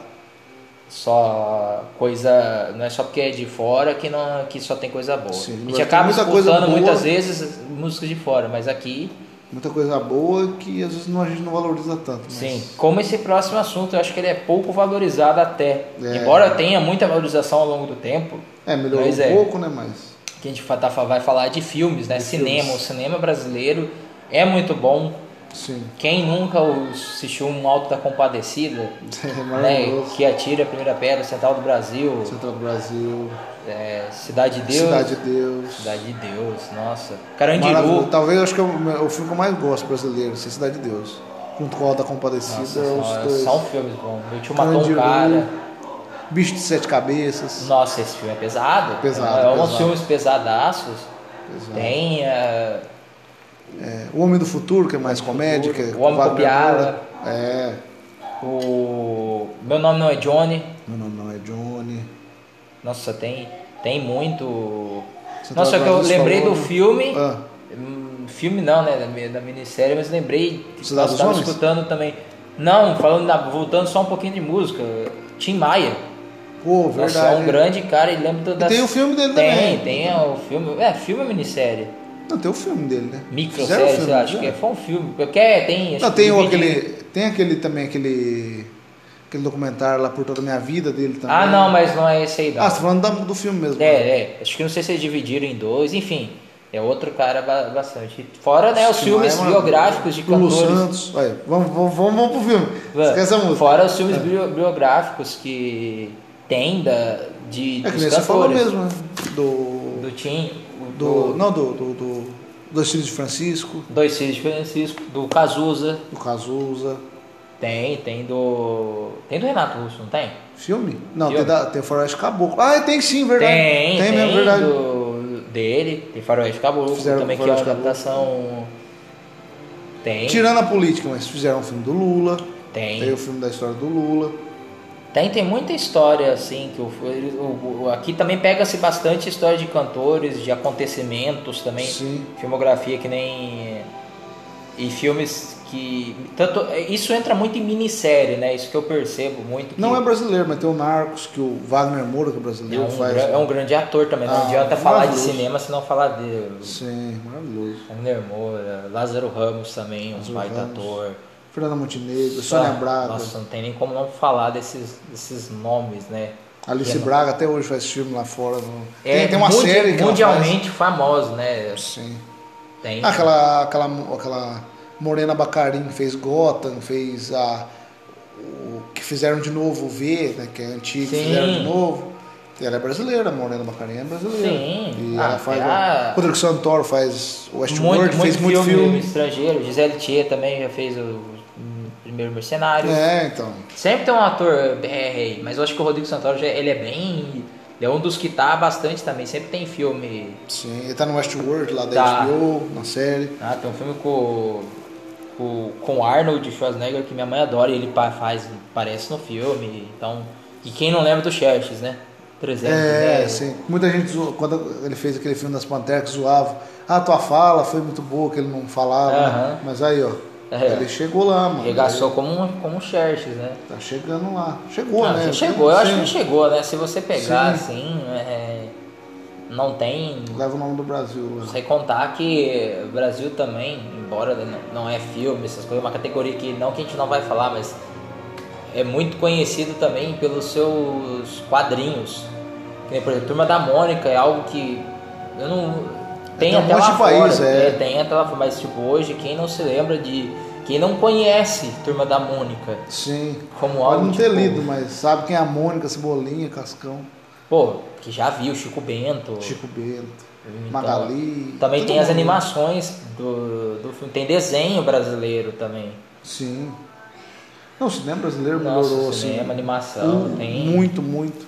Speaker 2: só coisa, não é só porque é de fora que não que só tem coisa boa.
Speaker 1: Sim,
Speaker 2: a
Speaker 1: mas
Speaker 2: gente
Speaker 1: tem
Speaker 2: acaba
Speaker 1: muita
Speaker 2: escutando
Speaker 1: coisa boa.
Speaker 2: muitas vezes músicas de fora, mas aqui,
Speaker 1: Muita coisa boa que às vezes não, a gente não valoriza tanto. mas-
Speaker 2: sim. Como esse próximo assunto, eu acho que ele é pouco valorizado até.
Speaker 1: É.
Speaker 2: Embora tenha muita valorização ao longo do tempo,
Speaker 1: É, melhorou
Speaker 2: Mas
Speaker 1: um
Speaker 2: é.
Speaker 1: pouco, né? Mas.
Speaker 2: que a gente fa- tá- vai falar de filmes, né? cinema,
Speaker 1: filmes.
Speaker 2: o cinema brasileiro é muito bom.
Speaker 1: Sim. [LAUGHS]
Speaker 2: Quem nunca assistiu um Alto da Compadecida,
Speaker 1: É
Speaker 2: né,
Speaker 1: maravilhoso.
Speaker 2: que atira a primeira pedra, Central do Brasil,
Speaker 1: Central do Brasil,
Speaker 2: é, Cidade de Deus,
Speaker 1: Cidade de Deus.
Speaker 2: Cidade de Deus, nossa,
Speaker 1: Maravilhoso.
Speaker 2: Carandiru,
Speaker 1: Talvez eu acho que é o, o filme que eu mais gosto brasileiro, assim, Cidade de Deus. Junto com o da Compadecida,
Speaker 2: nossa,
Speaker 1: os
Speaker 2: senhora,
Speaker 1: dois.
Speaker 2: são filmes bons, Meu Tio Matou um
Speaker 1: Carandiru.
Speaker 2: Cara,
Speaker 1: Bicho de Sete Cabeças.
Speaker 2: nossa, esse filme é pesado,
Speaker 1: Pesado,
Speaker 2: é uns
Speaker 1: pesado.
Speaker 2: filmes pesadaços,
Speaker 1: Pesado.
Speaker 2: tem ah,
Speaker 1: É, o Homem do Futuro, que é mais comédia. Que é
Speaker 2: O Homem
Speaker 1: com Wagner
Speaker 2: Copiara.
Speaker 1: Moura. É.
Speaker 2: o Meu Nome Não É Johnny,
Speaker 1: Meu nome não é Johnny.
Speaker 2: nossa, tem, tem muito,
Speaker 1: Central
Speaker 2: nossa,
Speaker 1: do
Speaker 2: que eu
Speaker 1: Brasil,
Speaker 2: lembrei do
Speaker 1: Stallone.
Speaker 2: filme...
Speaker 1: Ah,
Speaker 2: Hum, Filme não, né? Da, mi- da minissérie, mas lembrei.
Speaker 1: Cidade
Speaker 2: Nós
Speaker 1: dos
Speaker 2: estávamos
Speaker 1: Homens?
Speaker 2: escutando também. Não, falando da- voltando só um pouquinho de música. Tim Maia.
Speaker 1: pô,
Speaker 2: Nossa,
Speaker 1: verdade.
Speaker 2: é um grande cara e lembra das...
Speaker 1: tem o filme dele também.
Speaker 2: tem, Tem, o filme. É, filme ou minissérie?
Speaker 1: Não, tem o filme dele, né? Fizeram o
Speaker 2: Microsérie,
Speaker 1: filme,
Speaker 2: sei lá, acho que
Speaker 1: fizeram.
Speaker 2: é, foi um filme. Porque é, tem. acho
Speaker 1: Não,
Speaker 2: que
Speaker 1: tem o-
Speaker 2: dividido.
Speaker 1: aquele. Tem aquele também, aquele. Aquele documentário lá por toda a minha vida dele também.
Speaker 2: Ah, não, mas não é esse aí, não.
Speaker 1: Ah, você tá falando da- do filme mesmo. né?
Speaker 2: É, é. Acho que não sei se eles dividiram em dois, enfim. É outro cara ba- bastante. Fora, né, os
Speaker 1: Tim Maia
Speaker 2: filmes
Speaker 1: é uma- né?
Speaker 2: biográficos de
Speaker 1: O Lu
Speaker 2: cantores.
Speaker 1: Santos. Olha, vamos, vamos, vamos, vamos pro filme. Esquece a música. É.
Speaker 2: Fora os filmes bio- biográficos que tem da, de,
Speaker 1: É que
Speaker 2: dos
Speaker 1: nem você
Speaker 2: cantores.
Speaker 1: falou mesmo, né? Do.
Speaker 2: Do Tim,
Speaker 1: Do.
Speaker 2: do,
Speaker 1: Não, do. Do, do, do Estilo de Francisco,
Speaker 2: Dois Filhos de Francisco, do Cazuza,
Speaker 1: do Cazuza.
Speaker 2: tem, tem do... Tem do Renato Russo, não tem?
Speaker 1: Filme? Não,
Speaker 2: Filme.
Speaker 1: tem, da, tem o Faroeste Caboclo. Ah, tem sim, verdade.
Speaker 2: Tem, tem,
Speaker 1: mesmo, verdade.
Speaker 2: do, dele, tem Faroeste Caboclo
Speaker 1: Fizeram
Speaker 2: também,
Speaker 1: com
Speaker 2: que é uma
Speaker 1: Faroeste
Speaker 2: adaptação... Tem,
Speaker 1: Tirando a política, mas fizeram o filme do Lula. Tem o
Speaker 2: tem,
Speaker 1: filme da história do Lula.
Speaker 2: tem, tem muita história, assim, que o, o- o- aqui também pega-se bastante história de cantores, de acontecimentos também,
Speaker 1: Sim.
Speaker 2: filmografia que nem e filmes que tanto isso entra muito em minissérie, né? Isso que eu percebo muito. que
Speaker 1: Não é brasileiro, mas tem o Narcos, que o Wagner Moura, que é
Speaker 2: é
Speaker 1: brasileiro,
Speaker 2: um,
Speaker 1: faz.
Speaker 2: gran- é um grande ator também. Não
Speaker 1: Ah,
Speaker 2: adianta falar de
Speaker 1: maravilhoso.
Speaker 2: cinema se não falar de
Speaker 1: Sim, maravilhoso.
Speaker 2: Wagner Moura, Lázaro Ramos também, um
Speaker 1: Lázaro
Speaker 2: baita
Speaker 1: Ramos.
Speaker 2: ator.
Speaker 1: Fernanda Montenegro, Sônia
Speaker 2: Ah,
Speaker 1: Braga,
Speaker 2: Nossa, não tem nem como não falar desses desses nomes, né?
Speaker 1: Alice
Speaker 2: Gema.
Speaker 1: Braga, até hoje faz filme lá fora. no-
Speaker 2: É
Speaker 1: tem, tem uma
Speaker 2: mundi-
Speaker 1: série que
Speaker 2: mundialmente famoso, né?
Speaker 1: Ela faz. Sim.
Speaker 2: Tem
Speaker 1: Ah, aquela, aquela, aquela Morena Bacarin que fez Gotham, fez a. O que fizeram de novo V, né? Que é antigo,
Speaker 2: Sim.
Speaker 1: fizeram de novo. Ela é brasileira, a Morena Bacarin é brasileira.
Speaker 2: Sim.
Speaker 1: E
Speaker 2: Ah,
Speaker 1: ela faz.
Speaker 2: é
Speaker 1: o
Speaker 2: a-
Speaker 1: Rodrigo Santoro faz Westworld,
Speaker 2: muito,
Speaker 1: fez
Speaker 2: muito,
Speaker 1: muito
Speaker 2: filme,
Speaker 1: filme.
Speaker 2: estrangeiro. Gisele Thier também já fez o hum, primeiro Mercenário.
Speaker 1: É, então.
Speaker 2: Sempre tem um ator BR aí, mas eu acho que o Rodrigo Santoro já, ele é bem. Ele é um dos que tá bastante também. Sempre tem filme.
Speaker 1: Sim, ele tá no Westworld lá da
Speaker 2: Tá.
Speaker 1: HBO, na série.
Speaker 2: Ah, tem um filme com. Com, com Arnold Schwarzenegger que minha mãe adora e ele pa- faz, parece no filme. Então. E quem não lembra do Xerxes, né? 300,
Speaker 1: É,
Speaker 2: né?
Speaker 1: sim. Muita gente, zoa- quando ele fez aquele filme das Panteras, zoava. Ah, tua fala foi muito boa, que ele não falava. né?
Speaker 2: Aham.
Speaker 1: Mas aí, ó.
Speaker 2: É.
Speaker 1: Ele chegou lá, mano.
Speaker 2: Regaçou como, um- como um Xerxes, né?
Speaker 1: Tá chegando lá. Chegou,
Speaker 2: Ah,
Speaker 1: né?
Speaker 2: você chegou, eu acho
Speaker 1: Sim.
Speaker 2: que chegou, né? Se você pegar assim, é, não tem.
Speaker 1: Leva o nome do Brasil. né?
Speaker 2: Sem contar que o Brasil também, embora não- não é filme, essas coisas, é uma categoria que não que a gente não vai falar, mas é muito conhecido também pelos seus quadrinhos. Que nem, por exemplo, Turma da Mônica é algo que eu não. Tem
Speaker 1: Tem um
Speaker 2: até lá
Speaker 1: monte de
Speaker 2: fora,
Speaker 1: país, é.
Speaker 2: tem até lá fora, mas tipo, hoje quem não se lembra de. Quem não conhece Turma da Mônica
Speaker 1: Sim.
Speaker 2: como
Speaker 1: Pode
Speaker 2: algo.
Speaker 1: não ter
Speaker 2: tipo,
Speaker 1: lido, mas sabe quem é a Mônica, Cebolinha, Cascão,
Speaker 2: Pô, que já viu Chico Bento.
Speaker 1: Chico Bento,
Speaker 2: Então,
Speaker 1: Magali.
Speaker 2: Também
Speaker 1: todo
Speaker 2: tem as
Speaker 1: mundo.
Speaker 2: animações do, do filme. Tem desenho brasileiro também.
Speaker 1: Sim. Não, o cinema brasileiro
Speaker 2: Nossa,
Speaker 1: melhorou
Speaker 2: cinema,
Speaker 1: assim.
Speaker 2: animação,
Speaker 1: mu-
Speaker 2: Então, tem.
Speaker 1: Muito, muito.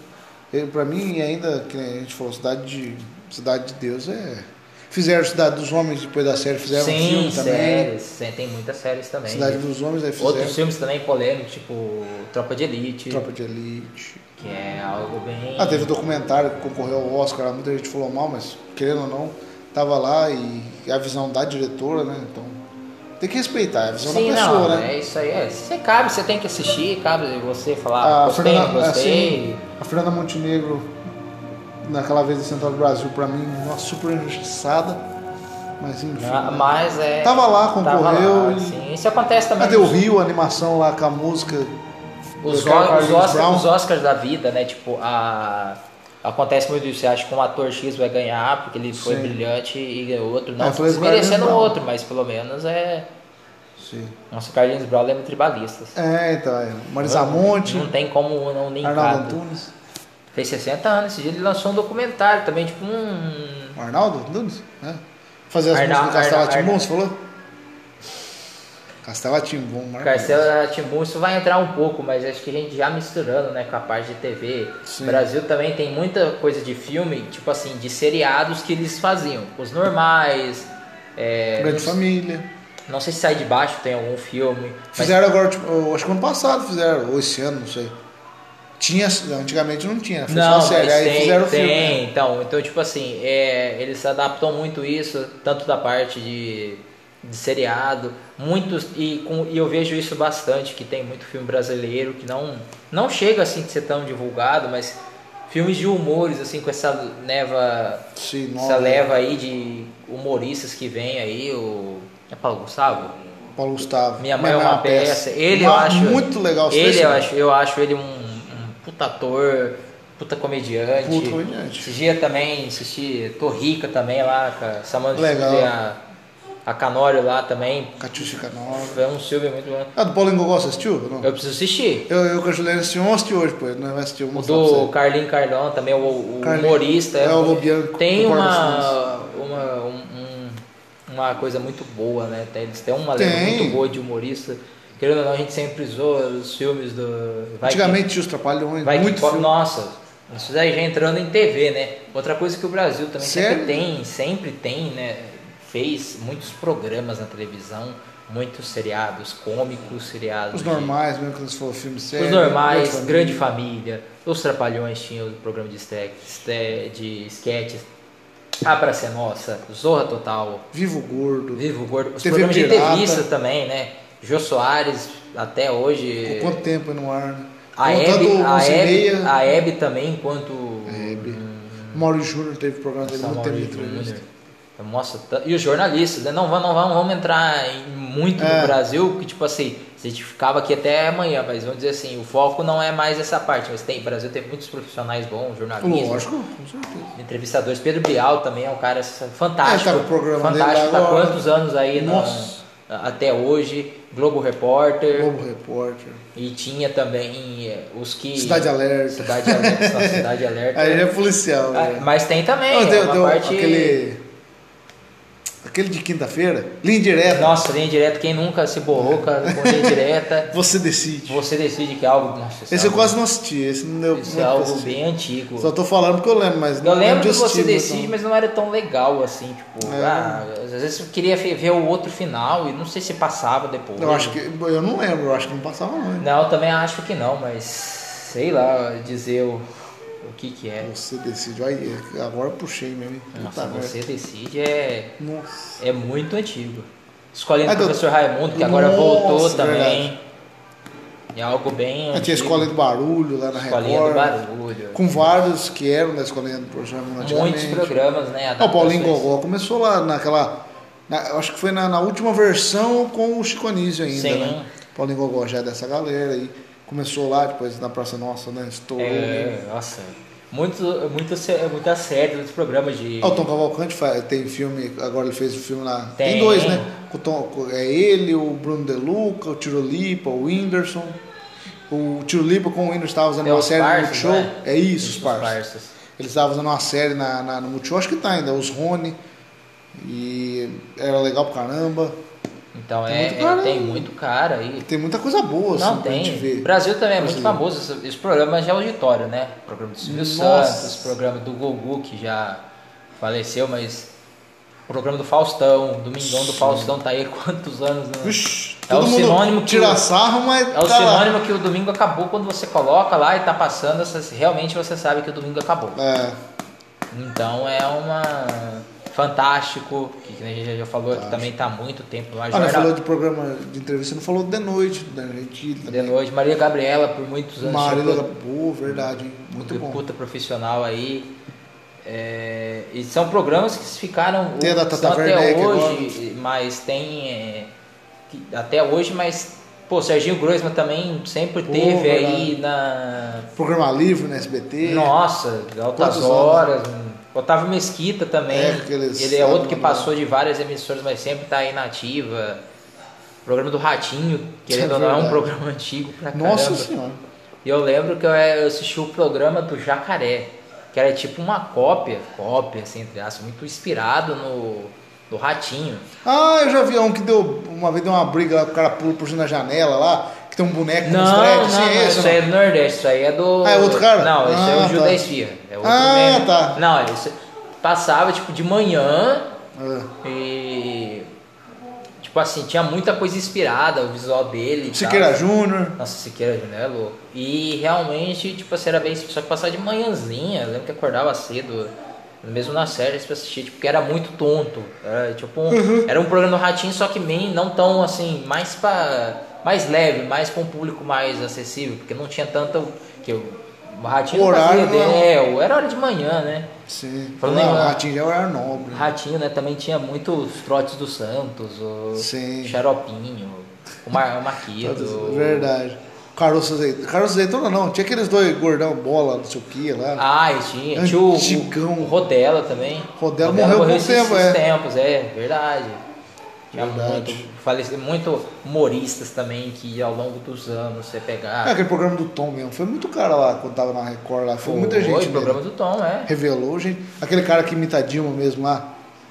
Speaker 1: Eu, pra mim, ainda, que nem a gente falou, Cidade de, Cidade de Deus é. Fizeram Cidade dos Homens depois da série, fizeram um
Speaker 2: Sim,
Speaker 1: filme também.
Speaker 2: séries. sim, Tem muitas séries também.
Speaker 1: Cidade dos Homens, aí fizeram
Speaker 2: Outros filmes também polêmicos, tipo Tropa de Elite,
Speaker 1: Tropa de Elite.
Speaker 2: que é algo bem.
Speaker 1: Ah, teve um documentário que concorreu ao Oscar, muita gente falou mal, mas querendo ou não, tava lá e a visão da diretora, né? Então. Tem que respeitar é a visão
Speaker 2: Sim,
Speaker 1: da pessoa,
Speaker 2: não,
Speaker 1: né?
Speaker 2: é isso aí. É. Você cabe, você tem que assistir, cabe você falar,
Speaker 1: A
Speaker 2: gostei, não
Speaker 1: Ah, Fernanda,
Speaker 2: gostei.
Speaker 1: assim, a Fernanda Montenegro, naquela vez do Central do Brasil, pra mim, uma super injustiçada. Mas enfim.
Speaker 2: Ah,
Speaker 1: né?
Speaker 2: Mas é.
Speaker 1: Tava lá, concorreu
Speaker 2: lá,
Speaker 1: e-
Speaker 2: sim. Isso acontece também.
Speaker 1: Cadê o
Speaker 2: nos-
Speaker 1: Rio, a animação lá com a música?
Speaker 2: Os,
Speaker 1: do cara
Speaker 2: Os- os
Speaker 1: Carlinhos
Speaker 2: Oscar-
Speaker 1: Brown?
Speaker 2: os Oscars da vida, né? Tipo, a. Acontece muito isso, você acha que um ator X vai ganhar, porque ele foi
Speaker 1: Sim.
Speaker 2: brilhante e ganhou outro. Não, tipo,
Speaker 1: É, foi o
Speaker 2: desmerecendo
Speaker 1: Carlinhos
Speaker 2: o
Speaker 1: Brown.
Speaker 2: outro, mas pelo menos é.
Speaker 1: Sim.
Speaker 2: Nossa, o Carlinhos Brown lembra tribalistas.
Speaker 1: É, então, é. Marisa
Speaker 2: Não-
Speaker 1: Monte,
Speaker 2: Não tem como um não linkar.
Speaker 1: Arnaldo Antunes.
Speaker 2: Fez 60 anos, esse dia ele lançou um documentário também, tipo um.
Speaker 1: Arnaldo Antunes? É. Fazer as
Speaker 2: Arnaldo-
Speaker 1: músicas do Castelo
Speaker 2: Arnaldo-
Speaker 1: Atimbom, você falou? Castelo Atimbom,
Speaker 2: Castelo Atimbu, isso vai entrar um pouco, mas acho que a gente já misturando né, com a parte de TV.
Speaker 1: Sim.
Speaker 2: O Brasil também tem muita coisa de filme, tipo assim, de seriados que eles faziam. Os normais. é,
Speaker 1: Grande
Speaker 2: não,
Speaker 1: Família.
Speaker 2: não sei se sai de baixo, tem algum filme. mas-
Speaker 1: Fizeram agora, tipo, eu acho que ano passado fizeram, ou esse ano, não sei. Tinha, antigamente não tinha, né? foi
Speaker 2: Não,
Speaker 1: só a série,
Speaker 2: mas
Speaker 1: aí
Speaker 2: tem,
Speaker 1: fizeram o
Speaker 2: tem,
Speaker 1: filme. né?
Speaker 2: então, então tipo assim, é, eles adaptam muito isso, tanto da parte de, de seriado, muitos e, com- e eu vejo isso bastante, que tem muito filme brasileiro que não não chega assim de ser tão divulgado, mas filmes de humores assim com essa leva
Speaker 1: Sim,
Speaker 2: essa
Speaker 1: nossa.
Speaker 2: leva aí de humoristas que vem aí o é Paulo Gustavo,
Speaker 1: Paulo Gustavo.
Speaker 2: minha mãe é uma peça. Ele eu
Speaker 1: Uma-
Speaker 2: acho.
Speaker 1: Muito legal. os três
Speaker 2: Ele eu
Speaker 1: filmes.
Speaker 2: acho, eu acho ele um, um puta ator, puta comediante.
Speaker 1: Puta comediante.
Speaker 2: Esse dia também assisti Tô Rica também lá, com a Samantha
Speaker 1: Legal.
Speaker 2: e a, a Canório lá também.
Speaker 1: Catiuxa Canova.
Speaker 2: Foi um filme muito bom.
Speaker 1: Ah, do Paulo Gogol, você assistiu? Não?
Speaker 2: Eu preciso assistir.
Speaker 1: Eu, eu, assim, um que eu Juliano assisti ontem hoje, pô. Não vai assistir
Speaker 2: O
Speaker 1: um
Speaker 2: do Carlinho Carlão também, o, o
Speaker 1: Carlinho.
Speaker 2: humorista. um
Speaker 1: É, o Lobianco,
Speaker 2: Tem
Speaker 1: do Porta
Speaker 2: uma, uma, um- um- uma coisa muito boa, né? Tem- Eles têm uma leva
Speaker 1: Tem.
Speaker 2: muito boa de humorista. Querendo ou não, a gente sempre zoa os filmes do... Vai que-
Speaker 1: Antigamente tinha os Trapalhões,
Speaker 2: Vai
Speaker 1: muito
Speaker 2: que, po-
Speaker 1: filme.
Speaker 2: Nossa, isso daí já entrando em TV, né? Outra coisa que o Brasil também sempre
Speaker 1: Sério?
Speaker 2: tem, sempre tem, né? Fez muitos programas na televisão, muitos seriados cômicos, seriados.
Speaker 1: Os
Speaker 2: de-
Speaker 1: normais, mesmo que você falou filme sério.
Speaker 2: os normais,
Speaker 1: Grande
Speaker 2: Grande Família, Os Trapalhões tinham o programa de, ste- ste- de sketches, A Pra Ser Nossa, Zorra Total,
Speaker 1: Vivo Gordo.
Speaker 2: Vivo Gordo, os
Speaker 1: TV
Speaker 2: programas de
Speaker 1: Pirata.
Speaker 2: entrevista também, né? Jô Soares, até hoje.
Speaker 1: Por quanto tempo aí no ar, né?
Speaker 2: A
Speaker 1: Contando
Speaker 2: Hebe, a,
Speaker 1: onze e
Speaker 2: Hebe,
Speaker 1: meia,
Speaker 2: a Hebe também, enquanto.
Speaker 1: Hebe. Mauro Júnior teve programa dele,
Speaker 2: Samuel
Speaker 1: muito tempo de
Speaker 2: Júnior.
Speaker 1: entrevista.
Speaker 2: Então, Nossa, tá- e os jornalistas, né? Não, vamos, não vamos, vamos entrar em muito
Speaker 1: É.
Speaker 2: no Brasil, que tipo assim, a gente ficava aqui até amanhã, mas vamos dizer assim, o foco não é mais essa parte, mas tem, o Brasil tem muitos profissionais bons, jornalistas,
Speaker 1: Lógico, com certeza.
Speaker 2: entrevistadores, Pedro Bial também é um cara fantástico,
Speaker 1: É, tá com o programa dele
Speaker 2: fantástico, tá
Speaker 1: agora.
Speaker 2: quantos anos aí na-
Speaker 1: Nossa.
Speaker 2: até hoje, Globo Repórter,
Speaker 1: Globo Repórter.
Speaker 2: e tinha também eh, os que...
Speaker 1: Cidade Alerta.
Speaker 2: Cidade Alerta, nossa, Cidade Alerta.
Speaker 1: [LAUGHS] Aí é policial,
Speaker 2: Ah,
Speaker 1: né?
Speaker 2: Mas tem também,
Speaker 1: Não,
Speaker 2: é
Speaker 1: deu,
Speaker 2: uma
Speaker 1: deu
Speaker 2: parte...
Speaker 1: aquele. Aquele de quinta-feira, linha direta,
Speaker 2: Nossa, linha direta, quem nunca se borrou com a- com linha direta,
Speaker 1: você decide.
Speaker 2: você decide que é algo. Nossa, isso
Speaker 1: Esse
Speaker 2: é
Speaker 1: eu
Speaker 2: algo-
Speaker 1: quase não assisti, esse não deu
Speaker 2: Isso
Speaker 1: muito
Speaker 2: é
Speaker 1: pra
Speaker 2: algo
Speaker 1: assistir.
Speaker 2: bem antigo.
Speaker 1: Só tô falando porque eu lembro, mas
Speaker 2: Eu lembro que
Speaker 1: de
Speaker 2: você
Speaker 1: assistir,
Speaker 2: decide,
Speaker 1: então.
Speaker 2: mas não era tão legal assim, tipo,
Speaker 1: É.
Speaker 2: ah, às vezes eu queria fe- ver o outro final e não sei se passava depois.
Speaker 1: Eu acho que. Eu não lembro, eu acho que não passava não. hein?
Speaker 2: Não, eu também acho que não, mas sei lá dizer o, o que que é.
Speaker 1: Você decide. Aí, agora eu puxei mesmo. hein?
Speaker 2: Nossa,
Speaker 1: Puta merda.
Speaker 2: você decide é
Speaker 1: Nossa.
Speaker 2: é muito antigo. Escolinha
Speaker 1: Ah,
Speaker 2: do
Speaker 1: do-
Speaker 2: professor Raimundo, que agora
Speaker 1: Nossa,
Speaker 2: voltou também.
Speaker 1: verdade.
Speaker 2: É algo bem
Speaker 1: Aí tinha a
Speaker 2: antigo.
Speaker 1: escolinha do barulho lá na
Speaker 2: Escolinha do
Speaker 1: Record.
Speaker 2: Barulho.
Speaker 1: Com vários que eram da escolinha do professor Raimundo
Speaker 2: Muitos
Speaker 1: antigamente.
Speaker 2: programas, né?
Speaker 1: Não, o Paulinho
Speaker 2: adaptações.
Speaker 1: Gogó começou lá naquela. na- eu acho que foi na, na última versão com o Chico Anísio ainda,
Speaker 2: Sim.
Speaker 1: né? Paulinho Gogó já é dessa galera aí. Começou lá, depois na Praça Nossa, né? Estourou. né?
Speaker 2: É, nossa. Muito, muito, sé- muita série, muitos programas de.
Speaker 1: Ah, o Tom Cavalcante faz- tem filme, agora ele fez o filme lá. Tem,
Speaker 2: Tem.
Speaker 1: dois, né? Com o Tom- com- é ele, o Bruno Deluca, o Tirolipa, o Whindersson. O Tirolipa com o Whindersson estava fazendo
Speaker 2: É
Speaker 1: uma
Speaker 2: os
Speaker 1: série
Speaker 2: Parsons,
Speaker 1: no Multishow.
Speaker 2: né?
Speaker 1: É isso, os parças.
Speaker 2: parças.
Speaker 1: Eles estavam fazendo uma série na, na- no Multishow, acho que tá ainda, os Rony. E era legal pra caramba.
Speaker 2: Então
Speaker 1: Tem
Speaker 2: é,
Speaker 1: muito cara
Speaker 2: é- tem
Speaker 1: aí.
Speaker 2: muito cara aí.
Speaker 1: Tem muita coisa boa, assim,
Speaker 2: Não
Speaker 1: pra gente
Speaker 2: tem.
Speaker 1: ver.
Speaker 2: O Brasil também é muito
Speaker 1: Brasileiro.
Speaker 2: famoso esse- esses programas de auditório, né? O programa do Silvio
Speaker 1: Nossa.
Speaker 2: Santos, o programa do Gugu que já faleceu, mas o programa do Faustão, Domingão do Faustão tá aí há quantos anos, né?
Speaker 1: Vixe,
Speaker 2: É o
Speaker 1: todo mundo
Speaker 2: sinônimo que
Speaker 1: tira
Speaker 2: o-
Speaker 1: sarro, mas
Speaker 2: É o
Speaker 1: tá lá.
Speaker 2: sinônimo que o domingo acabou quando você coloca lá e tá passando, você- realmente você sabe que o domingo acabou.
Speaker 1: É,
Speaker 2: Então é uma. Fantástico, que que a gente já falou que também tá há muito tempo lá.
Speaker 1: ah,
Speaker 2: Já
Speaker 1: não
Speaker 2: era
Speaker 1: falou de programa de entrevista, não falou de noite, da gente
Speaker 2: de noite. Maria Gabriela por muitos anos.
Speaker 1: Marília,
Speaker 2: chegou-
Speaker 1: boa, verdade, hein? muito
Speaker 2: Muito
Speaker 1: bom.
Speaker 2: puta profissional aí. É, e são programas que ficaram
Speaker 1: Tem a da Tata
Speaker 2: estão até
Speaker 1: Werneck
Speaker 2: hoje, mas tem é, que- até hoje, mas pô, Serginho Groisman também sempre
Speaker 1: Pô,
Speaker 2: teve
Speaker 1: verdade.
Speaker 2: aí na
Speaker 1: Programa livre na SBT.
Speaker 2: Nossa, altas
Speaker 1: Quantos
Speaker 2: horas. né? Otávio Mesquita também.
Speaker 1: É, porque eles
Speaker 2: ele é outro
Speaker 1: sabem
Speaker 2: que
Speaker 1: mandar.
Speaker 2: passou de várias emissoras, mas sempre tá aí na ativa. Programa do Ratinho, querendo
Speaker 1: [LAUGHS] É
Speaker 2: ou não, é um
Speaker 1: verdade.
Speaker 2: programa antigo pra caramba.
Speaker 1: Nossa senhora.
Speaker 2: E eu lembro que eu eh, eu assisti o programa do Jacaré, que era tipo uma cópia, cópia, assim, entre aspas, muito inspirado no, no Ratinho.
Speaker 1: Ah, eu já vi um que deu. Uma vez deu uma briga lá, o cara pula por cima da janela lá, que tem um boneco
Speaker 2: Não,
Speaker 1: nos
Speaker 2: não,
Speaker 1: prédios, assim,
Speaker 2: não,
Speaker 1: é esse,
Speaker 2: isso aí é do Nordeste, isso aí é do.
Speaker 1: Ah, é outro cara?
Speaker 2: Não, isso aí é
Speaker 1: Ah,
Speaker 2: o Gil
Speaker 1: tá.
Speaker 2: da Esfirra. É outro
Speaker 1: Ah,
Speaker 2: meme.
Speaker 1: tá.
Speaker 2: Não, isso passava tipo de manhã
Speaker 1: Ah,
Speaker 2: e. Tipo assim, tinha muita coisa inspirada, o visual dele. e
Speaker 1: Siqueira
Speaker 2: tal.
Speaker 1: Júnior.
Speaker 2: Nossa, Siqueira Júnior é louco. E realmente, tipo assim, era bem. Só que passava de manhãzinha, eu lembro que acordava cedo. Mesmo na série, pra assistir, tipo, porque era muito tonto. Era, tipo, um,
Speaker 1: Uhum.
Speaker 2: era um programa do Ratinho, só que bem, não tão, assim, mais pra... Mais leve, mais pra um público mais acessível, porque não tinha tanta... Que o, o Ratinho
Speaker 1: O
Speaker 2: não fazia
Speaker 1: horário não é-
Speaker 2: ideia, o- era hora de manhã, né?
Speaker 1: Sim.
Speaker 2: Falando em-
Speaker 1: Não, o Ratinho já era nobre. né?
Speaker 2: Ratinho, né? Também tinha muito os trotes do Santos, o
Speaker 1: Sim.
Speaker 2: Xaropinho, o, Mar, o Maquito.
Speaker 1: Verdade. Caroço azeitona. Caroço azeitona não, tinha aqueles dois gordão bola, não sei o que lá.
Speaker 2: Ah, e tinha. Tinha o,
Speaker 1: Antigão.
Speaker 2: o Rodela também.
Speaker 1: Rodela morreu há pouco
Speaker 2: esses-
Speaker 1: tempo,
Speaker 2: esses
Speaker 1: é.
Speaker 2: tempos, é, verdade. Tinha
Speaker 1: Verdade.
Speaker 2: muito, falecido, muito humoristas também que ao longo dos anos você
Speaker 1: Ah,
Speaker 2: pegar.
Speaker 1: aquele programa do Tom mesmo. Foi muito cara lá quando tava na Record lá. Foi, muita gente.
Speaker 2: O
Speaker 1: mesmo.
Speaker 2: programa do Tom, é.
Speaker 1: Revelou, gente. Aquele cara que imita a Dilma mesmo lá.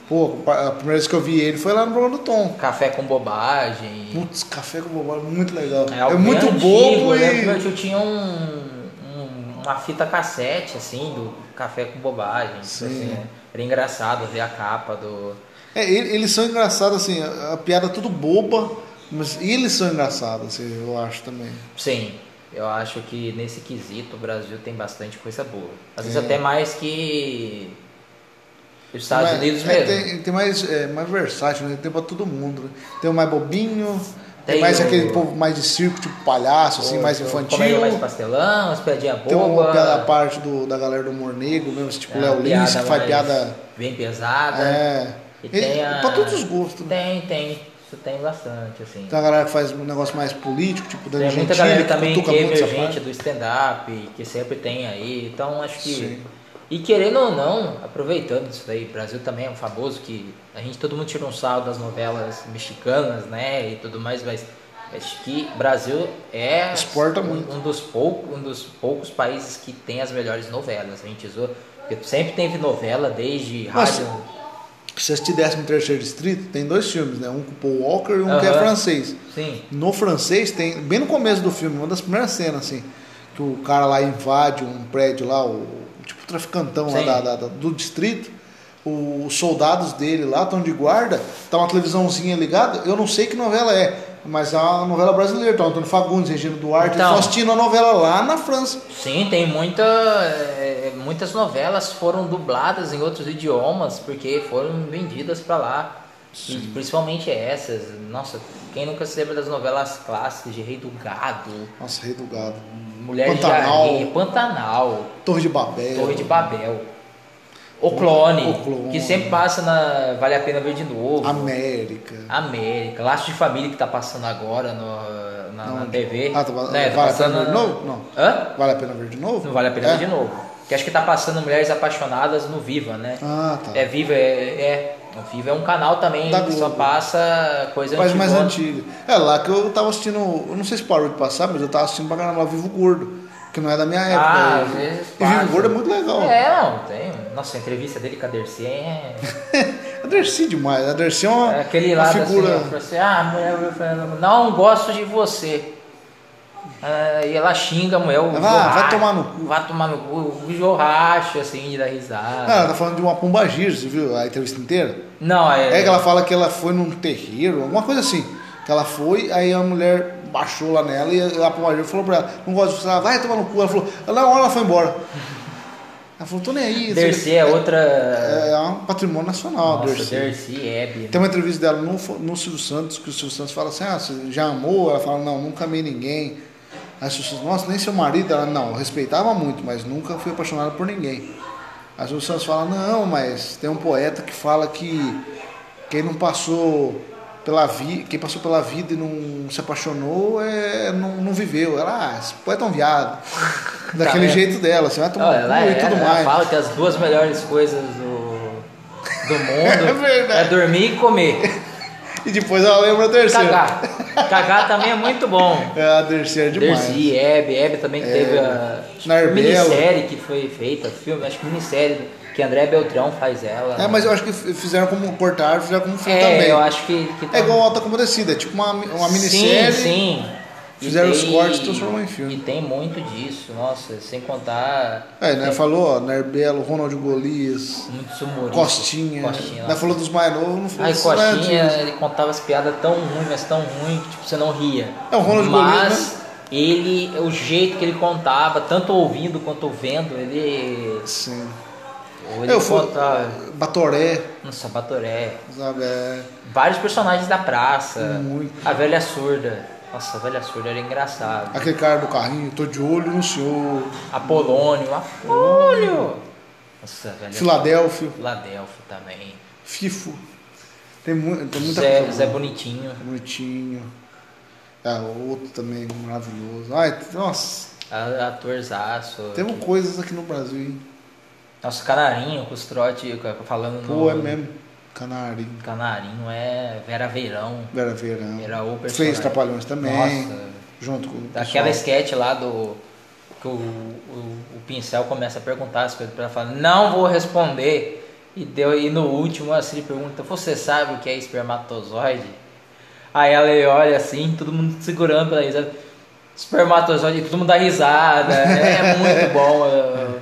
Speaker 1: Pô, a primeira vez que eu vi ele foi lá no programa do Tom.
Speaker 2: Café com bobagem.
Speaker 1: Putz, café com bobagem, muito legal. É,
Speaker 2: algo bem
Speaker 1: muito
Speaker 2: antigo, né?
Speaker 1: bobo
Speaker 2: eu lembro que
Speaker 1: e.
Speaker 2: Meu tio tinha um- um- uma fita cassete, assim, do Café com Bobagem. tipo
Speaker 1: Sim.
Speaker 2: assim, né? era engraçado ver a capa do.
Speaker 1: É, ele- eles são engraçados, assim, a, a piada é tudo boba, mas eles são engraçados, assim, eu acho também.
Speaker 2: Sim, eu acho que nesse quesito o Brasil tem bastante coisa boa. Às vezes
Speaker 1: É.
Speaker 2: até mais que os Estados
Speaker 1: Mas,
Speaker 2: Unidos
Speaker 1: é,
Speaker 2: mesmo.
Speaker 1: Tem, tem mais, é, mais versátil, né? Tem pra todo mundo. né? Tem o mais bobinho, tem,
Speaker 2: Tem
Speaker 1: mais
Speaker 2: o-
Speaker 1: aquele povo mais de circo, tipo palhaço, assim, mais infantil.
Speaker 2: Comédia é mais pastelão, as piadinhas
Speaker 1: Tem uma
Speaker 2: bobas.
Speaker 1: piada à parte do, da galera do humor negro mesmo, tipo
Speaker 2: é,
Speaker 1: Léo Lins, que
Speaker 2: piada
Speaker 1: faz
Speaker 2: mais
Speaker 1: piada.
Speaker 2: Bem pesada.
Speaker 1: É.
Speaker 2: E
Speaker 1: E
Speaker 2: tem a-
Speaker 1: Pra todos os gostos, né?
Speaker 2: Tem, tem. Isso tem bastante, assim.
Speaker 1: Tem a galera que faz um negócio mais político, tipo Dani
Speaker 2: Tem
Speaker 1: Gentili,
Speaker 2: muita galera também
Speaker 1: cutuca
Speaker 2: que é
Speaker 1: muito essa parte.
Speaker 2: emergente do stand-up, que sempre tem aí. Então acho que.
Speaker 1: Sim.
Speaker 2: E querendo ou não, aproveitando isso daí, o Brasil também é um famoso que a gente todo mundo tira um saldo das novelas mexicanas, né? E tudo mais, mas acho que Brasil é
Speaker 1: Exporta
Speaker 2: um,
Speaker 1: muito.
Speaker 2: um dos poucos, um dos poucos países que tem as melhores novelas. A gente usou. Porque sempre teve novela desde
Speaker 1: Nossa,
Speaker 2: rádio.
Speaker 1: Se você tivesse um terceiro distrito, tem dois filmes, né? Um com o Paul Walker e um que é
Speaker 2: Aham.
Speaker 1: francês.
Speaker 2: Sim.
Speaker 1: No francês tem, bem no começo do filme, uma das primeiras cenas, assim, que o cara lá invade um prédio lá, o tipo o traficantão lá
Speaker 2: Sim.
Speaker 1: da- da- da- do distrito, o- os soldados dele lá estão de guarda, tá uma televisãozinha ligada, eu não sei que novela é, mas é uma novela brasileira, tá o Antônio Fagundes, Regina Duarte,
Speaker 2: Então.
Speaker 1: então. assistindo a novela lá na França.
Speaker 2: Sim, tem muita, é, muitas novelas foram dubladas em outros idiomas porque foram vendidas pra lá. E principalmente essas. Nossa, quem nunca se lembra das novelas clássicas de Rei do Gado,
Speaker 1: Nossa, Rei do Gado.
Speaker 2: Mulher
Speaker 1: Pantanal. É.
Speaker 2: de Areia, Pantanal,
Speaker 1: Torre de Babel.
Speaker 2: Torre de Babel, O Clone,
Speaker 1: O Clone.
Speaker 2: que sempre passa na Vale a Pena Ver de Novo,
Speaker 1: América.
Speaker 2: América, Laço de Família que tá passando agora no- na, na
Speaker 1: Não.
Speaker 2: TV.
Speaker 1: Ah, tá pa-
Speaker 2: né,
Speaker 1: Vale a Pena Ver de
Speaker 2: na-
Speaker 1: Novo? Não.
Speaker 2: Hã?
Speaker 1: Vale a pena ver de novo?
Speaker 2: Não vale a pena
Speaker 1: É?
Speaker 2: ver de novo. Que acho que tá passando Mulheres Apaixonadas no Viva, né?
Speaker 1: Ah, tá.
Speaker 2: É Viva, é. é. O Viva é um canal também
Speaker 1: Da
Speaker 2: que só
Speaker 1: Globo.
Speaker 2: passa coisa
Speaker 1: Mas mais
Speaker 2: antigona.
Speaker 1: antiga. É lá que eu tava assistindo, eu não sei se parou de passar, mas eu tava assistindo pra caramba lá Vivo Gordo, que não é da minha época.
Speaker 2: Ah, às
Speaker 1: Eu-
Speaker 2: vezes
Speaker 1: e Vivo
Speaker 2: passa.
Speaker 1: Gordo é muito legal.
Speaker 2: É, não, tem. Nossa, a entrevista dele com a Dercy é.
Speaker 1: [LAUGHS] A Dercy demais. A Dercy é uma, [LAUGHS]
Speaker 2: É Aquele
Speaker 1: uma
Speaker 2: lado
Speaker 1: figura.
Speaker 2: assim, assim, ah, a mulher virou e falou, não gosto de você. Ah, e ela xinga a mulher, o
Speaker 1: Ah,
Speaker 2: jorracho,
Speaker 1: vai tomar no cu.
Speaker 2: Vai tomar no cu, o jorracho, assim, de dar risada.
Speaker 1: Cara, ela tá falando de uma pomba gira, você viu a entrevista inteira?
Speaker 2: Não, é...
Speaker 1: É que ela fala que ela foi num terreiro, alguma coisa assim. Que ela foi, aí a mulher baixou lá nela e a pomba gira falou pra ela, não gosto de você, ela vai tomar no cu. Ela falou, na hora ela foi
Speaker 2: [LAUGHS]
Speaker 1: embora. Ela falou, tô nem aí.
Speaker 2: Dercy é outra...
Speaker 1: É, é um patrimônio nacional,
Speaker 2: Nossa,
Speaker 1: Dercy.
Speaker 2: Dercy Hebe.
Speaker 1: Tem uma entrevista dela no, no Silvio Santos, que o Silvio Santos fala assim, ah, você já amou? Ela fala, não, nunca amei ninguém. Aí o Silvio Santos, nossa, nem seu marido? Ela, não, eu respeitava muito, mas nunca fui apaixonada por ninguém. Aí o Silvio Santos fala, não, mas tem um poeta que fala que quem não passou pela vida, quem passou pela vida e não se apaixonou, é, não, não viveu. Ela, ah, esse poeta é um viado.
Speaker 2: [LAUGHS]
Speaker 1: Daquele
Speaker 2: é.
Speaker 1: jeito dela, você vai tomar
Speaker 2: Olha,
Speaker 1: no
Speaker 2: ela, é,
Speaker 1: cu um e tudo
Speaker 2: ela
Speaker 1: mais.
Speaker 2: fala que as duas melhores coisas do, do mundo
Speaker 1: [LAUGHS] É verdade.
Speaker 2: é dormir e comer.
Speaker 1: E depois ela lembra a terceira.
Speaker 2: Cagar. Cagar também é muito bom.
Speaker 1: É, a terceira é demais. É.
Speaker 2: Dercy, Hebe, Hebe também que teve a acho que
Speaker 1: Narbella.
Speaker 2: minissérie que foi feita, filme, acho que minissérie que André Beltrão faz ela.
Speaker 1: É, mas eu acho que f- fizeram como cortar, fizeram como filme
Speaker 2: É,
Speaker 1: também.
Speaker 2: eu acho que, que
Speaker 1: É
Speaker 2: tá-
Speaker 1: igual Alta Comodecida, é tipo uma, uma minissérie.
Speaker 2: Sim, sim. E
Speaker 1: fizeram os cortes e transformou em filme.
Speaker 2: E tem muito disso, nossa, sem contar
Speaker 1: É, né? Falou, ó, Narbelo, Ronald Golias,
Speaker 2: muitos humoristas.
Speaker 1: Costinha.
Speaker 2: Costinha.
Speaker 1: Ainda falou dos mais novos, não falou
Speaker 2: Ai,
Speaker 1: dos mais
Speaker 2: Coxinha,
Speaker 1: antigos.
Speaker 2: ele contava as piadas tão ruins, mas tão ruim que tipo, você não ria.
Speaker 1: É, o Ronald Golias,
Speaker 2: Mas ele, o jeito que ele contava, tanto ouvindo quanto vendo, ele.
Speaker 1: Sim.
Speaker 2: Ou ele
Speaker 1: É, Eu fui-
Speaker 2: contava.
Speaker 1: Batoré,
Speaker 2: Nossa, Batoré.
Speaker 1: sabe? É,
Speaker 2: Vários personagens da praça.
Speaker 1: Muito.
Speaker 2: A velha surda. Nossa, a velha surda era engraçado.
Speaker 1: aquele cara do carrinho, tô de olho no senhor.
Speaker 2: Apolônio, Apolônio! Nossa, a velha
Speaker 1: Filadélfia,
Speaker 2: Filadélfia também.
Speaker 1: Fifo. Tem, mu tem muita
Speaker 2: Zé,
Speaker 1: coisa.
Speaker 2: Zé
Speaker 1: boa.
Speaker 2: Bonitinho.
Speaker 1: Bonitinho. Ah, outro também maravilhoso. Ai, nossa.
Speaker 2: a- Atorzaço.
Speaker 1: Temos coisas aqui no Brasil, hein?
Speaker 2: Nosso canarinho, com os trote, falando
Speaker 1: Pô,
Speaker 2: no
Speaker 1: é mesmo. Canarinho.
Speaker 2: canarinho, é Vera Verão.
Speaker 1: Vera Verão.
Speaker 2: Era o personagem.
Speaker 1: Fez Trapalhões também.
Speaker 2: Nossa.
Speaker 1: Junto com o
Speaker 2: Daquela
Speaker 1: pessoal.
Speaker 2: sketch lá do. Que o, o, o pincel começa a perguntar as coisas pra ela fala, não vou responder. E, deu, e no último a Siri pergunta, você sabe o que é espermatozoide? Aí ela olha assim, todo mundo segurando pela risada. Espermatozoide, todo mundo dá risada. É muito bom. eu-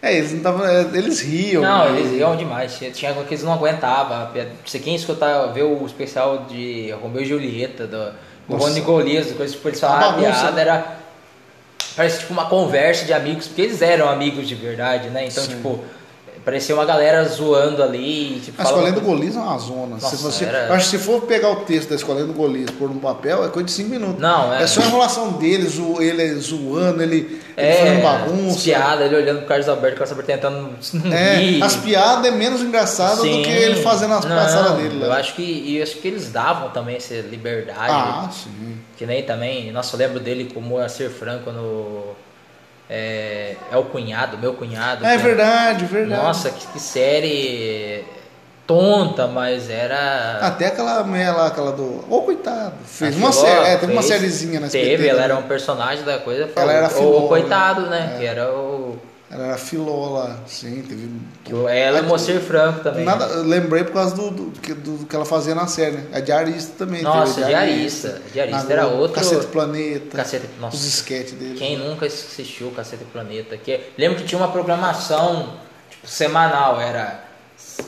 Speaker 1: É, eles não tavam, é, Eles riam.
Speaker 2: Não,
Speaker 1: né?
Speaker 2: eles iam demais. Tinha- Tinha coisa que eles não aguentavam. Você quem escutar, ver o especial de Romeu e Julieta, do do
Speaker 1: Nossa.
Speaker 2: Rony Golias, coisas tipo, eles
Speaker 1: Uma
Speaker 2: falavam, a
Speaker 1: bagunça, né?"
Speaker 2: piada era. Parece tipo uma conversa de amigos, porque eles eram amigos de verdade, né? Então,
Speaker 1: Sim.
Speaker 2: tipo, parecia uma galera zoando ali. Tipo,
Speaker 1: A
Speaker 2: falando-
Speaker 1: Escolinha do Golias é uma zona.
Speaker 2: Nossa,
Speaker 1: se você,
Speaker 2: era-
Speaker 1: eu acho que se for pegar o texto da Escolinha do Golias e pôr num papel, é coisa de 5 minutos.
Speaker 2: Não, é.
Speaker 1: É só a enrolação dele, zo- ele zoando, ele, ele
Speaker 2: É,
Speaker 1: fazendo bagunça.
Speaker 2: as piadas, ele olhando pro Carlos Alberto, o Carlos Alberto tentando [LAUGHS] não
Speaker 1: É,
Speaker 2: rir.
Speaker 1: as piadas é menos engraçado do
Speaker 2: Sim.
Speaker 1: que ele fazendo as
Speaker 2: Não,
Speaker 1: passadas dele. né?
Speaker 2: Eu
Speaker 1: lá.
Speaker 2: acho que, e eu acho que eles davam também essa liberdade.
Speaker 1: Ah, sim.
Speaker 2: Que nem também, nossa, eu lembro dele como Moacir Franco no. É, é o cunhado, meu cunhado.
Speaker 1: É
Speaker 2: que-
Speaker 1: verdade, verdade.
Speaker 2: Nossa, que, que série tonta, mas era.
Speaker 1: Até aquela mulher lá, aquela do. Ô, coitado. Ah, Fez
Speaker 2: a
Speaker 1: uma
Speaker 2: Filó
Speaker 1: série. É, teve uma
Speaker 2: fez-
Speaker 1: sériezinha na SBT.
Speaker 2: Teve, ela
Speaker 1: né?
Speaker 2: era um personagem da coisa.
Speaker 1: Ela era é.
Speaker 2: o,
Speaker 1: Filó,
Speaker 2: coitado, né? Que era o.
Speaker 1: Ela era filola, sim, teve. um
Speaker 2: Que o- ela e o Moacir Franco também.
Speaker 1: É Nada, eu lembrei por causa do, do, que- do que ela fazia na série, né? A diarista também.
Speaker 2: Nossa,
Speaker 1: teve a
Speaker 2: diarista. Diarista era
Speaker 1: Globo,
Speaker 2: outro-
Speaker 1: Cacete Planeta.
Speaker 2: Cacete- nossa.
Speaker 1: Os esquetes dele.
Speaker 2: Quem nunca assistiu Cacete Planeta? Que, é- lembro que tinha uma programação tipo, semanal, era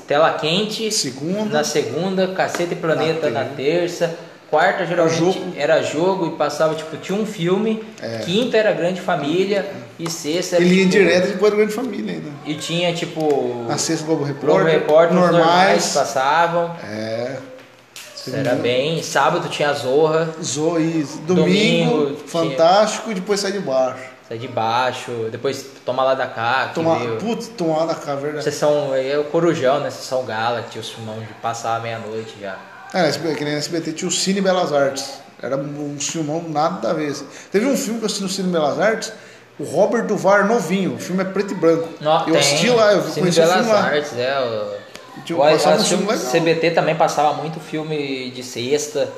Speaker 2: tela quente,
Speaker 1: Segunda.
Speaker 2: na segunda, Cacete Planeta
Speaker 1: Na
Speaker 2: na, terça, quarta geralmente
Speaker 1: jogo. É.
Speaker 2: era jogo e passava, tipo, tinha um filme, quinta era Grande Família e sexta era.
Speaker 1: Ele ia
Speaker 2: tipo,
Speaker 1: direto depois da Grande Família ainda.
Speaker 2: E tinha tipo.
Speaker 1: Na sexta Globo
Speaker 2: Globo
Speaker 1: Repórter.
Speaker 2: Repórter, os normais.
Speaker 1: normais.
Speaker 2: passavam.
Speaker 1: é.
Speaker 2: Era bem. Sábado tinha Zorra,
Speaker 1: Zoe. Domingo,
Speaker 2: Domingo,
Speaker 1: Fantástico e depois sai de baixo.
Speaker 2: sai de baixo, depois toma lá da cá. que
Speaker 1: Tomar,
Speaker 2: veio-
Speaker 1: putz, tomar da caverna.
Speaker 2: Sessão, é o Corujão, né? Sessão Gala, que tinha os filmão de passar a meia-noite já.
Speaker 1: Era, SB que nem SBT tinha o Cine Belas Artes. Era um filmão nada a ver. Teve um filme que eu assisti no Cine Belas Artes, o Robert Duvar novinho. O filme é preto e branco.
Speaker 2: No,
Speaker 1: eu
Speaker 2: tem,
Speaker 1: assisti lá, eu
Speaker 2: Cine
Speaker 1: conheci o filme
Speaker 2: Belas
Speaker 1: lá.
Speaker 2: Artes, é. O,
Speaker 1: Tinha-
Speaker 2: o-
Speaker 1: passava
Speaker 2: as
Speaker 1: um filme
Speaker 2: filmes-
Speaker 1: legal.
Speaker 2: CBT também passava muito filme de sexta.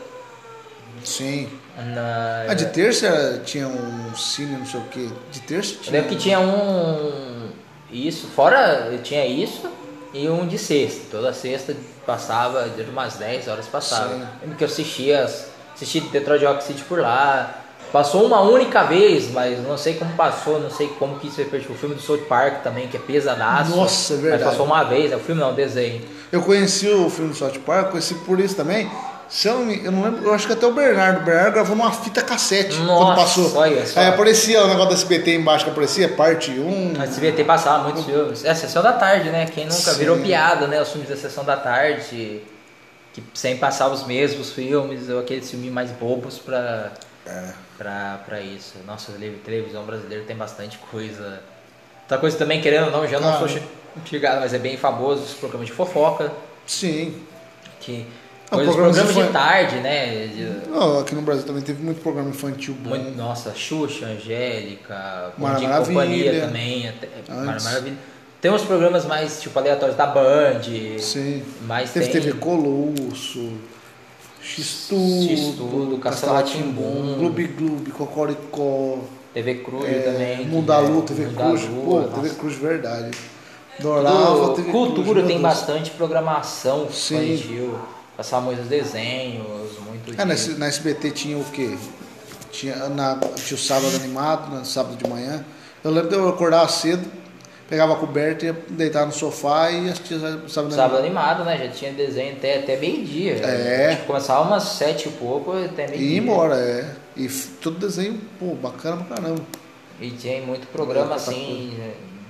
Speaker 1: Sim.
Speaker 2: Na,
Speaker 1: Ah, de terça era- tinha um cine, não sei o quê. De terça
Speaker 2: eu
Speaker 1: tinha.
Speaker 2: lembro que tinha um. Isso, fora tinha isso. e um de sexta. Toda sexta passava, de umas 10 horas passava.
Speaker 1: Sim.
Speaker 2: Lembro que eu assistia, as- assisti Detroit Rock City por lá. Passou uma única vez, mas não sei como passou, não sei como que isso repercutiu. O filme do South Park também, que é pesadaço.
Speaker 1: Nossa, é verdade.
Speaker 2: Mas passou uma vez, é o filme não, o desenho.
Speaker 1: Eu conheci o filme do South Park, conheci por isso também. Se eu, não me- eu não lembro, eu acho que até o Bernardo. O Bernardo gravou numa fita cassete quando
Speaker 2: Nossa,
Speaker 1: passou. É,
Speaker 2: olha só.
Speaker 1: Aí aparecia o negócio da SBT embaixo que aparecia, parte 1.
Speaker 2: A SBT passava muitos filmes. É a Sessão da Tarde, né? Quem nunca
Speaker 1: Sim.
Speaker 2: virou piada, né? Os filmes da Sessão da Tarde, que sempre passavam os mesmos filmes, ou aqueles filmes mais bobos pra,
Speaker 1: É.
Speaker 2: pra, pra isso. Nossa, a tele- televisão brasileira tem bastante coisa. Outra coisa também, querendo ou não, já não
Speaker 1: Ah,
Speaker 2: sou
Speaker 1: né?
Speaker 2: che- chegado, mas é bem famoso os programas de fofoca,
Speaker 1: Sim.
Speaker 2: que...
Speaker 1: Ah,
Speaker 2: Coisas,
Speaker 1: programas
Speaker 2: programas,
Speaker 1: infan-
Speaker 2: de tarde, né? de-
Speaker 1: Não, aqui no Brasil também teve muito programa infantil bom.
Speaker 2: muito- nossa, Xuxa, Angélica, Bom
Speaker 1: Né? Mara
Speaker 2: Dia e
Speaker 1: Maravilha.
Speaker 2: Companhia também. Até, é, Mara
Speaker 1: Antes.
Speaker 2: Maravilha. Tem uns programas mais, tipo, aleatórios da Band.
Speaker 1: Sim.
Speaker 2: Mas
Speaker 1: teve
Speaker 2: tem-
Speaker 1: TV Colosso, X-Tudo,
Speaker 2: X-Tudo, Castelo Rá-Tim-Bum.
Speaker 1: Gloob Gloob, Cocoricó,
Speaker 2: TV Cruz
Speaker 1: é,
Speaker 2: também.
Speaker 1: Mundalu,
Speaker 2: né?
Speaker 1: TV
Speaker 2: Mundo da
Speaker 1: Cruz.
Speaker 2: Lua,
Speaker 1: Pô, TV
Speaker 2: nossa.
Speaker 1: Cruz, verdade.
Speaker 2: Tudo-
Speaker 1: Dorava, TV Cruz,
Speaker 2: Cultura
Speaker 1: meu
Speaker 2: tem
Speaker 1: Deus.
Speaker 2: bastante programação
Speaker 1: Sim.
Speaker 2: infantil. Passava muitos desenhos, muito
Speaker 1: É, na,
Speaker 2: disso.
Speaker 1: S- na SBT tinha o quê? Tinha, na, tinha o sábado animado, né, sábado de manhã. Eu lembro de eu acordar cedo, pegava a coberta, ia deitar no sofá e assistia o sábado, animado.
Speaker 2: Sábado animado, né? Já tinha desenho até, até meio-dia.
Speaker 1: É.
Speaker 2: Tipo, começava umas sete e pouco até
Speaker 1: E
Speaker 2: meio-dia.
Speaker 1: ia embora, é. E f- todo desenho, pô, bacana pra caramba.
Speaker 2: E tem muito programa
Speaker 1: Outra
Speaker 2: assim,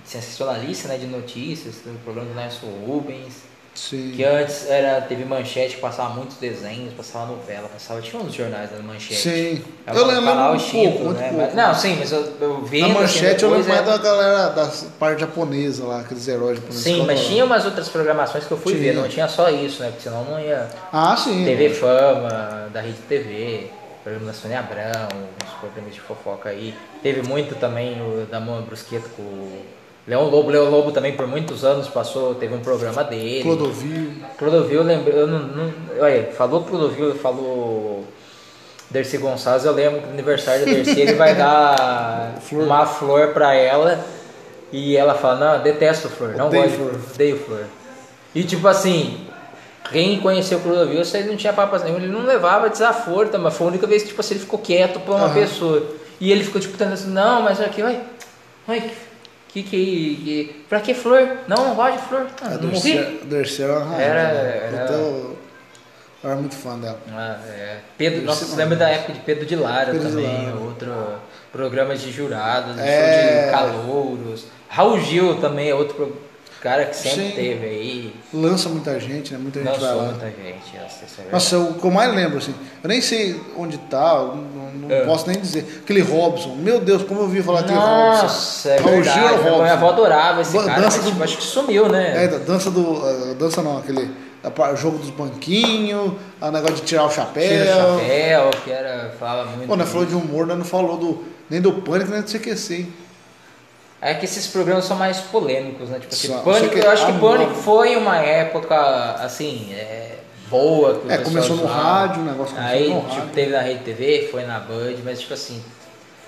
Speaker 2: sensacionalista, né? De notícias, tem o programa do Nelson Rubens.
Speaker 1: Sim.
Speaker 2: Que antes era, teve manchete, que passava muitos desenhos, passava novela, passava. Tinha uns jornais da manchete.
Speaker 1: Sim.
Speaker 2: Era
Speaker 1: Eu
Speaker 2: um
Speaker 1: lembro
Speaker 2: canal
Speaker 1: muito
Speaker 2: extinto,
Speaker 1: pouco, muito
Speaker 2: né?
Speaker 1: pouco.
Speaker 2: Mas- não, sim, mas eu, eu vendo.
Speaker 1: Na
Speaker 2: assim,
Speaker 1: manchete eu
Speaker 2: depois
Speaker 1: lembro mais
Speaker 2: é-
Speaker 1: da galera da parte japonesa lá, aqueles heróis japoneses. que
Speaker 2: Sim,
Speaker 1: eu
Speaker 2: mas
Speaker 1: adorava.
Speaker 2: tinha um umas outras programações que eu fui ver,
Speaker 1: Tinha.
Speaker 2: não tinha só isso, né? Porque senão não ia.
Speaker 1: Ah, sim.
Speaker 2: TV Fama, da Rede TV, programa da Sônia Abrão, uns programas de fofoca aí. Teve muito também o da Mão Brusqueta com o Leão Lobo. Leão Lobo também por muitos anos passou, teve um programa dele.
Speaker 1: Clodovil.
Speaker 2: Clodovil, lembrei, eu não, não- olha, falou Clodovil, falou Dercy Gonçalves, eu lembro que no aniversário da Dercy ele vai dar
Speaker 1: [LAUGHS] Flor.
Speaker 2: uma flor pra ela e ela fala, não, detesto flor, não
Speaker 1: Odeio
Speaker 2: gosto,
Speaker 1: flor.
Speaker 2: odeio flor. E tipo assim, quem conheceu o Clodovil, isso aí não tinha papas nenhum, ele não levava desaforo, tá, mas foi a única vez que tipo assim, ele ficou quieto pra uma
Speaker 1: Aham.
Speaker 2: pessoa. E ele ficou tipo tentando assim, não, mas aqui, ué, ué, que que, que pra que flor? Não, não gosto de flor,
Speaker 1: Ah,
Speaker 2: não morri.
Speaker 1: Dercy- Dercy era uma rainha,
Speaker 2: Era-
Speaker 1: né?
Speaker 2: era-
Speaker 1: Então, eu era muito fã dela.
Speaker 2: Ah, é. Pedro,
Speaker 1: Isso
Speaker 2: nossa,
Speaker 1: não.
Speaker 2: você lembra da época de Pedro de Lara
Speaker 1: Pedro de
Speaker 2: também,
Speaker 1: Lara.
Speaker 2: outro programa de jurados, de
Speaker 1: É.
Speaker 2: show de calouros. Raul Gil também é outro pro- cara que sempre
Speaker 1: Sim.
Speaker 2: teve aí.
Speaker 1: Lança muita gente, né? Muita gente vai
Speaker 2: Lançou
Speaker 1: lá.
Speaker 2: muita gente. Nossa, isso é verdade.
Speaker 1: Nossa, o que eu mais lembro, assim, eu nem sei onde tá, eu não, não
Speaker 2: É.
Speaker 1: posso nem dizer. Aquele Robson, meu Deus, como eu ouvi falar daquele
Speaker 2: Nossa, é
Speaker 1: Robson. Raul Gil
Speaker 2: verdade.
Speaker 1: era o
Speaker 2: Minha- Minha avó
Speaker 1: Robson.
Speaker 2: adorava esse
Speaker 1: Dança
Speaker 2: cara, mas
Speaker 1: do-
Speaker 2: tipo, acho que sumiu, né?
Speaker 1: É, da dança do. ah, Dança não, aquele. a pa- Jogo dos banquinhos, o negócio de tirar o chapéu.
Speaker 2: Tira o chapéu, que era, falava muito.
Speaker 1: Pô, nós
Speaker 2: disso.
Speaker 1: falou de humor, nós não falou do, nem do pânico, nem do CQC, hein?
Speaker 2: É que esses programas são mais polêmicos, né? Tipo assim,
Speaker 1: Só-
Speaker 2: Pânico,
Speaker 1: só que-
Speaker 2: eu acho
Speaker 1: ah,
Speaker 2: que Pânico
Speaker 1: não.
Speaker 2: foi uma época, assim, é, boa. Que o
Speaker 1: É,
Speaker 2: pessoal
Speaker 1: começou no
Speaker 2: usava.
Speaker 1: rádio, o negócio começou
Speaker 2: Aí,
Speaker 1: no
Speaker 2: tipo,
Speaker 1: rádio.
Speaker 2: teve na Rede TV, foi na Band, mas, tipo assim,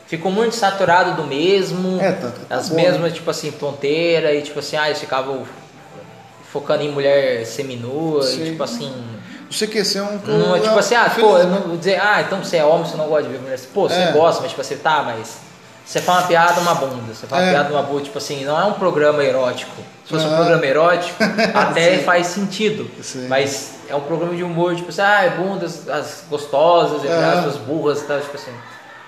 Speaker 2: ficou muito saturado do mesmo.
Speaker 1: É, tá- tá
Speaker 2: as
Speaker 1: bom,
Speaker 2: mesmas, tipo assim, tonteira e, tipo assim, ah, eles ficavam focando em mulher seminua
Speaker 1: Sim.
Speaker 2: e, tipo assim...
Speaker 1: O CQC é um.
Speaker 2: Não, é
Speaker 1: é
Speaker 2: tipo assim, ah,
Speaker 1: feliz,
Speaker 2: pô, eu
Speaker 1: né?
Speaker 2: não vou dizer, ah, então você é homem, você não gosta de ver mulher. Pô, você
Speaker 1: É.
Speaker 2: gosta, mas tipo assim, tá, mas você fala uma piada, uma bunda. Você fala
Speaker 1: É.
Speaker 2: uma piada, uma bunda, tipo assim, não é um programa erótico. Se fosse
Speaker 1: Ah.
Speaker 2: um programa erótico,
Speaker 1: [LAUGHS]
Speaker 2: até faz sentido.
Speaker 1: Sim.
Speaker 2: Mas é um programa de humor, tipo assim, ah, é bundas, as gostosas, entre
Speaker 1: É.
Speaker 2: aspas, burras e tal, tipo assim.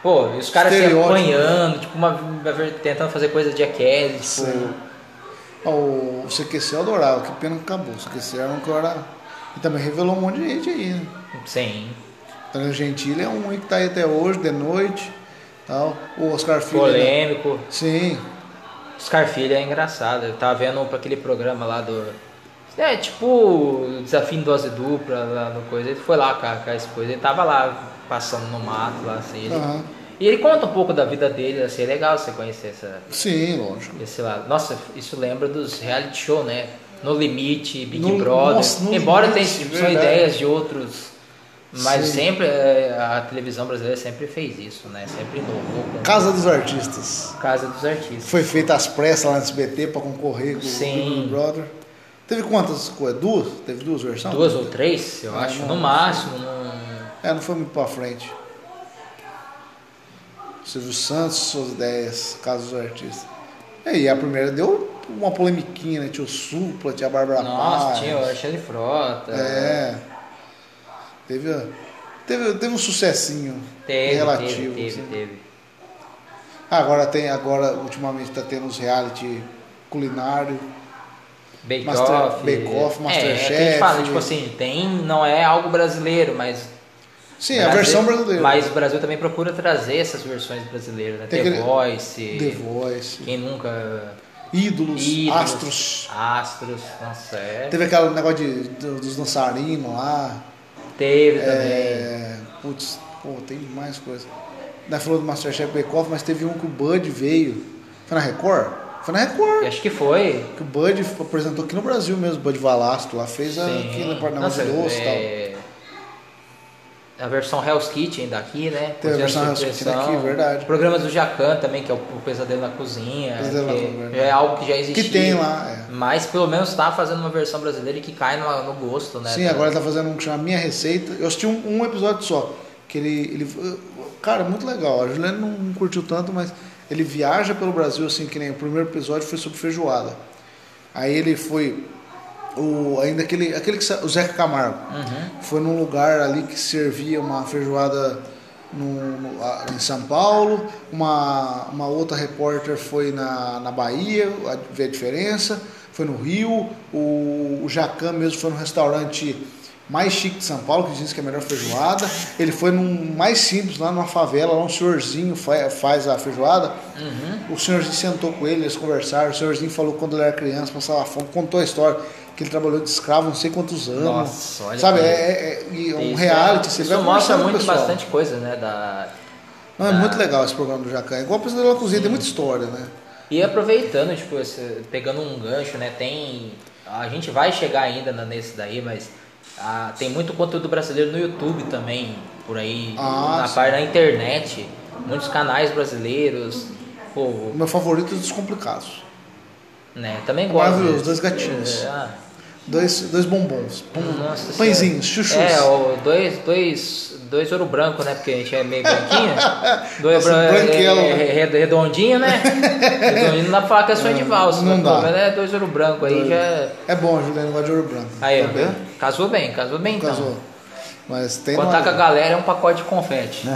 Speaker 2: Pô, e os caras se
Speaker 1: Estereótipo.
Speaker 2: apanhando, tipo, uma, uma ver- tentando fazer coisa de aquele, tipo.
Speaker 1: Sim. Ó, Ah, O CQC eu adorava, que pena que acabou. O CQC era um que eu era. E também revelou um monte de gente aí, né?
Speaker 2: Sim.
Speaker 1: Daniel Gentili é um aí que tá aí até hoje, de noite. Tal. O Oscar Filho. né?
Speaker 2: Polêmico.
Speaker 1: Sim.
Speaker 2: Oscar Filho é engraçado. Eu tava vendo pra aquele programa lá do. É tipo desafio em dose dupla lá no coisa. Ele foi lá com a, com a esposa, ele tava lá passando no mato lá, assim. ele-
Speaker 1: Aham.
Speaker 2: E ele conta um pouco da vida dele, assim, é legal você conhecer essa,
Speaker 1: Sim, lógico.
Speaker 2: esse lado. Nossa, isso lembra dos reality show, né? No Limite, Big
Speaker 1: No-
Speaker 2: Brother.
Speaker 1: nossa, No
Speaker 2: Embora
Speaker 1: Limite, é
Speaker 2: tenha- são
Speaker 1: verdade.
Speaker 2: ideias de outros. Mas
Speaker 1: Sim.
Speaker 2: sempre é, a televisão brasileira sempre fez isso, né? Sempre inovou. com-
Speaker 1: Casa dos Artistas.
Speaker 2: Casa dos Artistas.
Speaker 1: Foi feita às pressas lá no SBT pra concorrer com o
Speaker 2: Sim.
Speaker 1: Big Brother. Teve quantas coisas? Duas? Teve duas versões?
Speaker 2: Duas ou três, eu acho,
Speaker 1: não,
Speaker 2: no
Speaker 1: não
Speaker 2: máximo. no-
Speaker 1: É, não foi muito pra frente. Silvio Santos, suas ideias, casos dos artistas. É, e a primeira deu uma polemiquinha, né? Tinha o Supla, tinha a Bárbara Paz.
Speaker 2: Nossa, tinha o Alexandre Frota.
Speaker 1: É. Teve, teve, teve um sucessinho
Speaker 2: Teve,
Speaker 1: relativo.
Speaker 2: teve, teve,
Speaker 1: assim.
Speaker 2: teve.
Speaker 1: Agora tem, agora ultimamente tá tendo uns reality culinário.
Speaker 2: Bake
Speaker 1: Master-
Speaker 2: Off.
Speaker 1: Bake Off, Masterchef.
Speaker 2: É, é que a gente fala, tipo assim, tem, não é algo brasileiro, mas... é,
Speaker 1: Sim, é a versão brasileira.
Speaker 2: Mas o Brasil também procura trazer essas versões brasileiras, né?
Speaker 1: Tem
Speaker 2: The
Speaker 1: aquele-
Speaker 2: Voice,
Speaker 1: The Voice,
Speaker 2: quem nunca...
Speaker 1: ídolos,
Speaker 2: Ídolos,
Speaker 1: astros.
Speaker 2: Astros, nossa, é.
Speaker 1: Teve aquele negócio de, do- dos dançarinos lá.
Speaker 2: Teve também.
Speaker 1: É, putz, pô, tem mais coisa. Nós falou do Masterchef Bake Off, mas teve um que o Bud veio. Foi na Record? Foi na Record.
Speaker 2: E Acho que foi.
Speaker 1: Que o Bud apresentou aqui no Brasil mesmo, o Bud Valastro lá, fez a, aqui no Pornal de Doce e tal.
Speaker 2: é... A versão Hell's Kitchen daqui, né?
Speaker 1: Tem a versão
Speaker 2: Cozinhando
Speaker 1: Hell's
Speaker 2: com
Speaker 1: Kitchen
Speaker 2: Pressão.
Speaker 1: daqui, verdade.
Speaker 2: Programas do Jacan também, que é o o Pesadelo na Cozinha.
Speaker 1: Pesadelo na
Speaker 2: que
Speaker 1: Cozinha, verdade.
Speaker 2: é algo que já existia.
Speaker 1: Que tem lá, é.
Speaker 2: Mas pelo menos tá fazendo uma versão brasileira que cai no, no gosto, né?
Speaker 1: Sim,
Speaker 2: da-
Speaker 1: agora ele tá fazendo um que chama Minha Receita. Eu assisti um, um episódio só. Que ele, ele. Cara, muito legal. A Juliana não, não curtiu tanto, mas ele viaja pelo Brasil, assim, que nem o primeiro episódio foi sobre feijoada. Aí ele foi. O, ainda aquele, aquele que sa- o Zeca Camargo foi num lugar ali que servia uma feijoada no- no- a- em São Paulo, uma, uma outra repórter foi na, na Bahia, a, ver a diferença, foi no Rio, o, o Jacan mesmo foi no restaurante mais chique de São Paulo, que diz que é a melhor feijoada, ele foi num mais simples, lá numa favela, lá um senhorzinho fa- faz a feijoada, o senhorzinho sentou com ele, eles conversaram, o senhorzinho falou quando ele era criança, passava fome, contou a história, que ele trabalhou de escravo não sei quantos anos,
Speaker 2: Nossa, olha
Speaker 1: sabe,
Speaker 2: que-
Speaker 1: é- é, é, e é um
Speaker 2: Isso
Speaker 1: reality,
Speaker 2: é-
Speaker 1: você vai
Speaker 2: Isso mostra
Speaker 1: conversando com o
Speaker 2: muito
Speaker 1: pessoal.
Speaker 2: bastante coisa, né? Da...
Speaker 1: Não, é
Speaker 2: da-
Speaker 1: muito legal esse programa do Jacan. É igual a Pesadelo na Cozinha, tem muita história, né?
Speaker 2: E aproveitando, tipo, esse- pegando um gancho, né? Tem. A gente vai chegar ainda na- nesse daí, mas ah, tem muito conteúdo brasileiro no YouTube também, por aí,
Speaker 1: Ah,
Speaker 2: na
Speaker 1: sim.
Speaker 2: parte da internet. Muitos canais brasileiros. Pô,
Speaker 1: O meu favorito é os Descomplicados.
Speaker 2: né? Também
Speaker 1: É
Speaker 2: gosto.
Speaker 1: maravilhoso, dois
Speaker 2: É,
Speaker 1: gatinhos.
Speaker 2: ah,
Speaker 1: Dois, dois bombons. Pum,
Speaker 2: nossa senhora.
Speaker 1: pãezinhos, chuchus.
Speaker 2: É, o dois, dois, dois ouro branco, né? Porque a gente é
Speaker 1: [LAUGHS]
Speaker 2: meio branquinho. dois
Speaker 1: Nossa,
Speaker 2: bran-
Speaker 1: branquelo,
Speaker 2: é, é, é
Speaker 1: [LAUGHS]
Speaker 2: redondinho, né? redondinho não dá pra falar que é sonho de valsa.
Speaker 1: não
Speaker 2: né?
Speaker 1: dá.
Speaker 2: Pelo menos é dois ouro branco aí já. é-
Speaker 1: É bom, Juliano gosta de ouro branco.
Speaker 2: Aí,
Speaker 1: tá
Speaker 2: ó,
Speaker 1: vendo?
Speaker 2: casou bem, casou bem então.
Speaker 1: Casou. Mas tem né?
Speaker 2: Quando
Speaker 1: no
Speaker 2: tá com a
Speaker 1: ar.
Speaker 2: galera é um pacote de
Speaker 1: [LAUGHS]
Speaker 2: confete.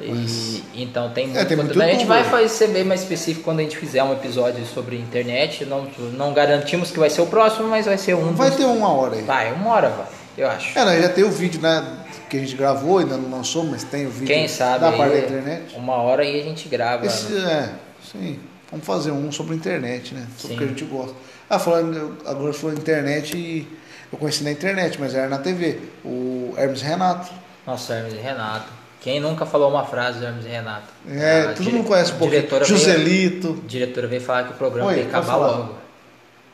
Speaker 2: E, Então tem muito,
Speaker 1: É, tem muito
Speaker 2: conteúdo. A gente vai
Speaker 1: youtuber.
Speaker 2: fazer ser bem mais específico quando a gente fizer um episódio sobre internet. Não, não garantimos que vai ser o próximo, mas vai ser um.
Speaker 1: Vai
Speaker 2: dos...
Speaker 1: ter uma hora aí.
Speaker 2: vai uma hora, vai, eu acho.
Speaker 1: É, nós já tem o vídeo, né? Que a gente gravou, ainda não lançou, mas tem o vídeo
Speaker 2: Quem sabe
Speaker 1: da parte da
Speaker 2: aí,
Speaker 1: internet.
Speaker 2: uma hora aí a gente grava.
Speaker 1: Esse, é, sim. Vamos fazer um sobre internet, né? Sobre o que a
Speaker 2: Sim.
Speaker 1: gente gosta. Ah, falando, agora falou internet e eu conheci na internet, mas era na TV. O Hermes Renato.
Speaker 2: Nossa, Hermes e Renato. Quem nunca falou uma frase do Hermes e Renato?
Speaker 1: É,
Speaker 2: A
Speaker 1: todo
Speaker 2: Ah, dire-
Speaker 1: mundo conhece um pouquinho.
Speaker 2: Diretora veio,
Speaker 1: Joselito,
Speaker 2: a diretora veio falar que o programa
Speaker 1: Oi,
Speaker 2: tem que
Speaker 1: pode
Speaker 2: acabar
Speaker 1: falar.
Speaker 2: logo.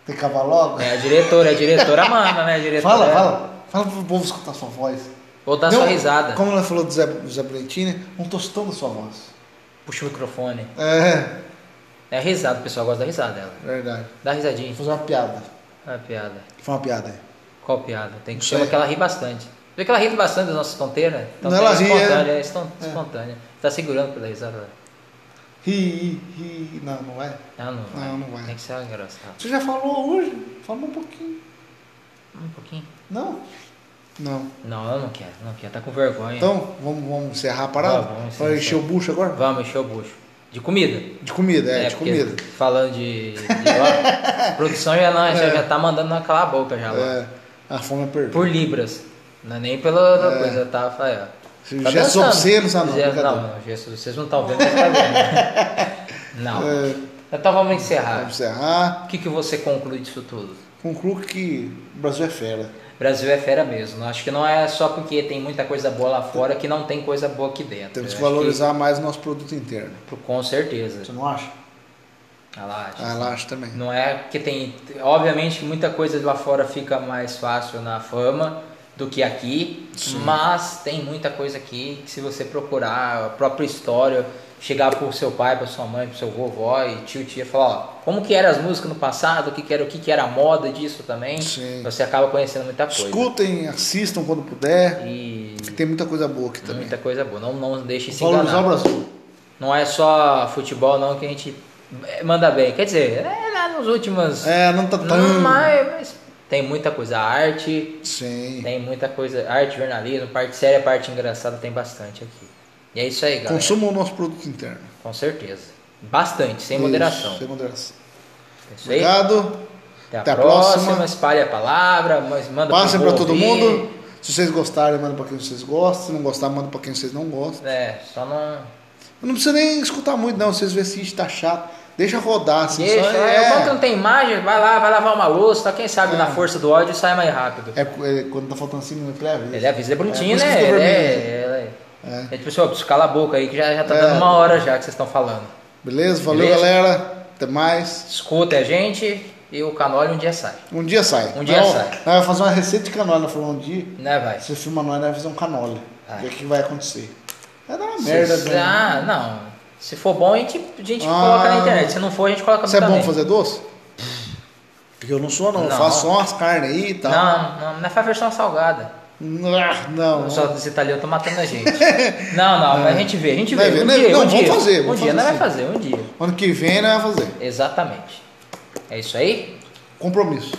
Speaker 1: tem cavaloga.
Speaker 2: É, a diretora, a diretora manda, né? A diretora,
Speaker 1: Fala, fala. Fala pro povo escutar sua voz.
Speaker 2: Vou dar
Speaker 1: Deu
Speaker 2: sua
Speaker 1: um-
Speaker 2: risada.
Speaker 1: Como ela falou do Zé, do Zé Boletim, né? Um tostão da sua voz.
Speaker 2: Puxa o microfone.
Speaker 1: É,
Speaker 2: É risada, o pessoal gosta da risada dela.
Speaker 1: verdade.
Speaker 2: Dá risadinha.
Speaker 1: Vou fazer uma piada.
Speaker 2: Ah, piada.
Speaker 1: Foi uma piada aí.
Speaker 2: Qual piada? Tem que
Speaker 1: Não
Speaker 2: ser uma
Speaker 1: sei.
Speaker 2: que ela ri bastante. Vê que ela ri bastante das nossas tonteiras?
Speaker 1: Não, ela ri, é.
Speaker 2: né? espontânea, é eston- espontânea. Tá segurando pra dar risada.
Speaker 1: Ri, ri. Não, não é?
Speaker 2: Não, não vai.
Speaker 1: Não, não vai.
Speaker 2: Tem que ser uma engraçada.
Speaker 1: Você já falou hoje? Fala um pouquinho.
Speaker 2: Um pouquinho.
Speaker 1: Não? Não.
Speaker 2: Não, eu não quero, não quero. Tá com vergonha.
Speaker 1: Então, vamos, vamos encerrar a parada?
Speaker 2: Vamos, vamos
Speaker 1: Vai
Speaker 2: encerrar.
Speaker 1: encher o bucho agora?
Speaker 2: Vamos, encher o bucho. De comida.
Speaker 1: De comida, é, de
Speaker 2: porque
Speaker 1: comida.
Speaker 2: Falando de. de- ó,
Speaker 1: [LAUGHS]
Speaker 2: a produção já, não, já, já tá mandando ela calar a boca já. lá.
Speaker 1: É, a fome é perdida.
Speaker 2: Por libras. Não é nem pela outra
Speaker 1: É.
Speaker 2: coisa, tá? Tá
Speaker 1: Se gestos
Speaker 2: dançando.
Speaker 1: obscenos, ah, não,
Speaker 2: Gestos-
Speaker 1: brincadeira.
Speaker 2: não, gestos- vocês não estão vendo, mas tá
Speaker 1: [LAUGHS]
Speaker 2: vendo. Não.
Speaker 1: É.
Speaker 2: Então vamos encerrar.
Speaker 1: Vamos encerrar.
Speaker 2: O que, que você conclui disso tudo?
Speaker 1: Concluo que o Brasil é fera.
Speaker 2: Brasil é fera mesmo. Acho que não é só porque tem muita coisa boa lá fora que não tem coisa boa aqui dentro.
Speaker 1: Temos
Speaker 2: Eu
Speaker 1: que
Speaker 2: É, acho
Speaker 1: valorizar mais o nosso produto interno.
Speaker 2: que- com certeza.
Speaker 1: Você não acha?
Speaker 2: Ah lá, acho.
Speaker 1: Ah, ela acha também.
Speaker 2: Não é que tem. Obviamente que muita coisa lá fora fica mais fácil na fama. do que aqui, mas tem muita coisa aqui que se você procurar a própria história, chegar pro seu pai, pra sua mãe, pro seu vovó e tio, tia, falar, ó, como que eram as músicas no passado, o que, que era, o que, que era a moda disso também,
Speaker 1: Sim.
Speaker 2: você acaba conhecendo muita coisa.
Speaker 1: Escutem, assistam quando puder,
Speaker 2: E
Speaker 1: que tem muita coisa boa aqui também.
Speaker 2: muita coisa boa, não, não deixe se
Speaker 1: Valorizar o
Speaker 2: enganar.
Speaker 1: Brasil.
Speaker 2: Não é só futebol não que a gente eh, manda bem, quer dizer, é lá nos últimos...
Speaker 1: É, não tá tão.
Speaker 2: Não, mas, mas Então, tem muita coisa, arte...
Speaker 1: Sim.
Speaker 2: Tem muita coisa, arte, jornalismo, parte séria, parte engraçada, tem bastante aqui. E é isso aí, galera.
Speaker 1: Consumam o nosso produto interno.
Speaker 2: Com certeza. Bastante, sem
Speaker 1: Isso,
Speaker 2: moderação.
Speaker 1: Sem moderação.
Speaker 2: É Isso aí.
Speaker 1: Obrigado.
Speaker 2: Até a
Speaker 1: Até a
Speaker 2: próxima.
Speaker 1: próxima.
Speaker 2: Espalhe a palavra, mas manda pro
Speaker 1: Passem
Speaker 2: povo
Speaker 1: pra todo
Speaker 2: ouvir.
Speaker 1: mundo. Se vocês gostarem, manda pra quem vocês gostam. Se não gostar, manda pra quem vocês não gostam.
Speaker 2: É, só não.
Speaker 1: Não precisa nem escutar muito, não. Vocês vê se isso tá chato. Deixa rodar. Assim,
Speaker 2: Deixa,
Speaker 1: só-
Speaker 2: é. Enquanto não tem imagem, vai lá, vai lavar uma louça, tá? Quem sabe na força do ódio sai mais rápido.
Speaker 1: É, é, quando tá faltando assim, não é prévio.
Speaker 2: Ele avisa, ele é
Speaker 1: É,
Speaker 2: bonitinho,
Speaker 1: por isso
Speaker 2: né?
Speaker 1: que
Speaker 2: Ele
Speaker 1: ficou
Speaker 2: é, ele
Speaker 1: É.
Speaker 2: é. É tipo assim, ó, bicho, cala a boca aí que já, já tá
Speaker 1: É.
Speaker 2: dando uma hora já que vocês estão falando.
Speaker 1: Beleza? Valeu,
Speaker 2: Beleza?
Speaker 1: galera. Até mais.
Speaker 2: Escuta a gente e o canal um dia sai.
Speaker 1: Um dia sai.
Speaker 2: Um dia
Speaker 1: Não,
Speaker 2: sai.
Speaker 1: Nós vamos fazer uma receita de canola. Nós falamos um dia.
Speaker 2: Né, vai?
Speaker 1: Se filma nós, nós vamos fazer um canola.
Speaker 2: Ah.
Speaker 1: O que, é que vai acontecer? Vai dar uma merda,
Speaker 2: Se-
Speaker 1: velho.
Speaker 2: Ah, não. Se for bom, a gente, a gente
Speaker 1: Ah.
Speaker 2: coloca na internet. Se não for, a gente coloca no
Speaker 1: Você é bom
Speaker 2: também.
Speaker 1: fazer doce? Porque eu não sou, não. Eu
Speaker 2: Não.
Speaker 1: faço só umas carnes aí e tal.
Speaker 2: Não, não, não é faz versão salgada.
Speaker 1: Não, não.
Speaker 2: Não. Só dos italianos estão matando a gente. [LAUGHS] não, não, mas a gente vê, a gente
Speaker 1: Vai
Speaker 2: vê.
Speaker 1: ver,
Speaker 2: um
Speaker 1: né?
Speaker 2: dia,
Speaker 1: Não,
Speaker 2: um
Speaker 1: vamos
Speaker 2: dia.
Speaker 1: fazer,
Speaker 2: Um
Speaker 1: vamos
Speaker 2: dia, nós
Speaker 1: fazer
Speaker 2: vai fazer, um dia.
Speaker 1: Ano que vem nós vamos fazer.
Speaker 2: Exatamente. É isso aí?
Speaker 1: Compromisso.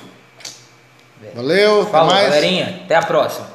Speaker 2: Beleza.
Speaker 1: Valeu, até
Speaker 2: Falou,
Speaker 1: mais.
Speaker 2: galerinha. Até a próxima.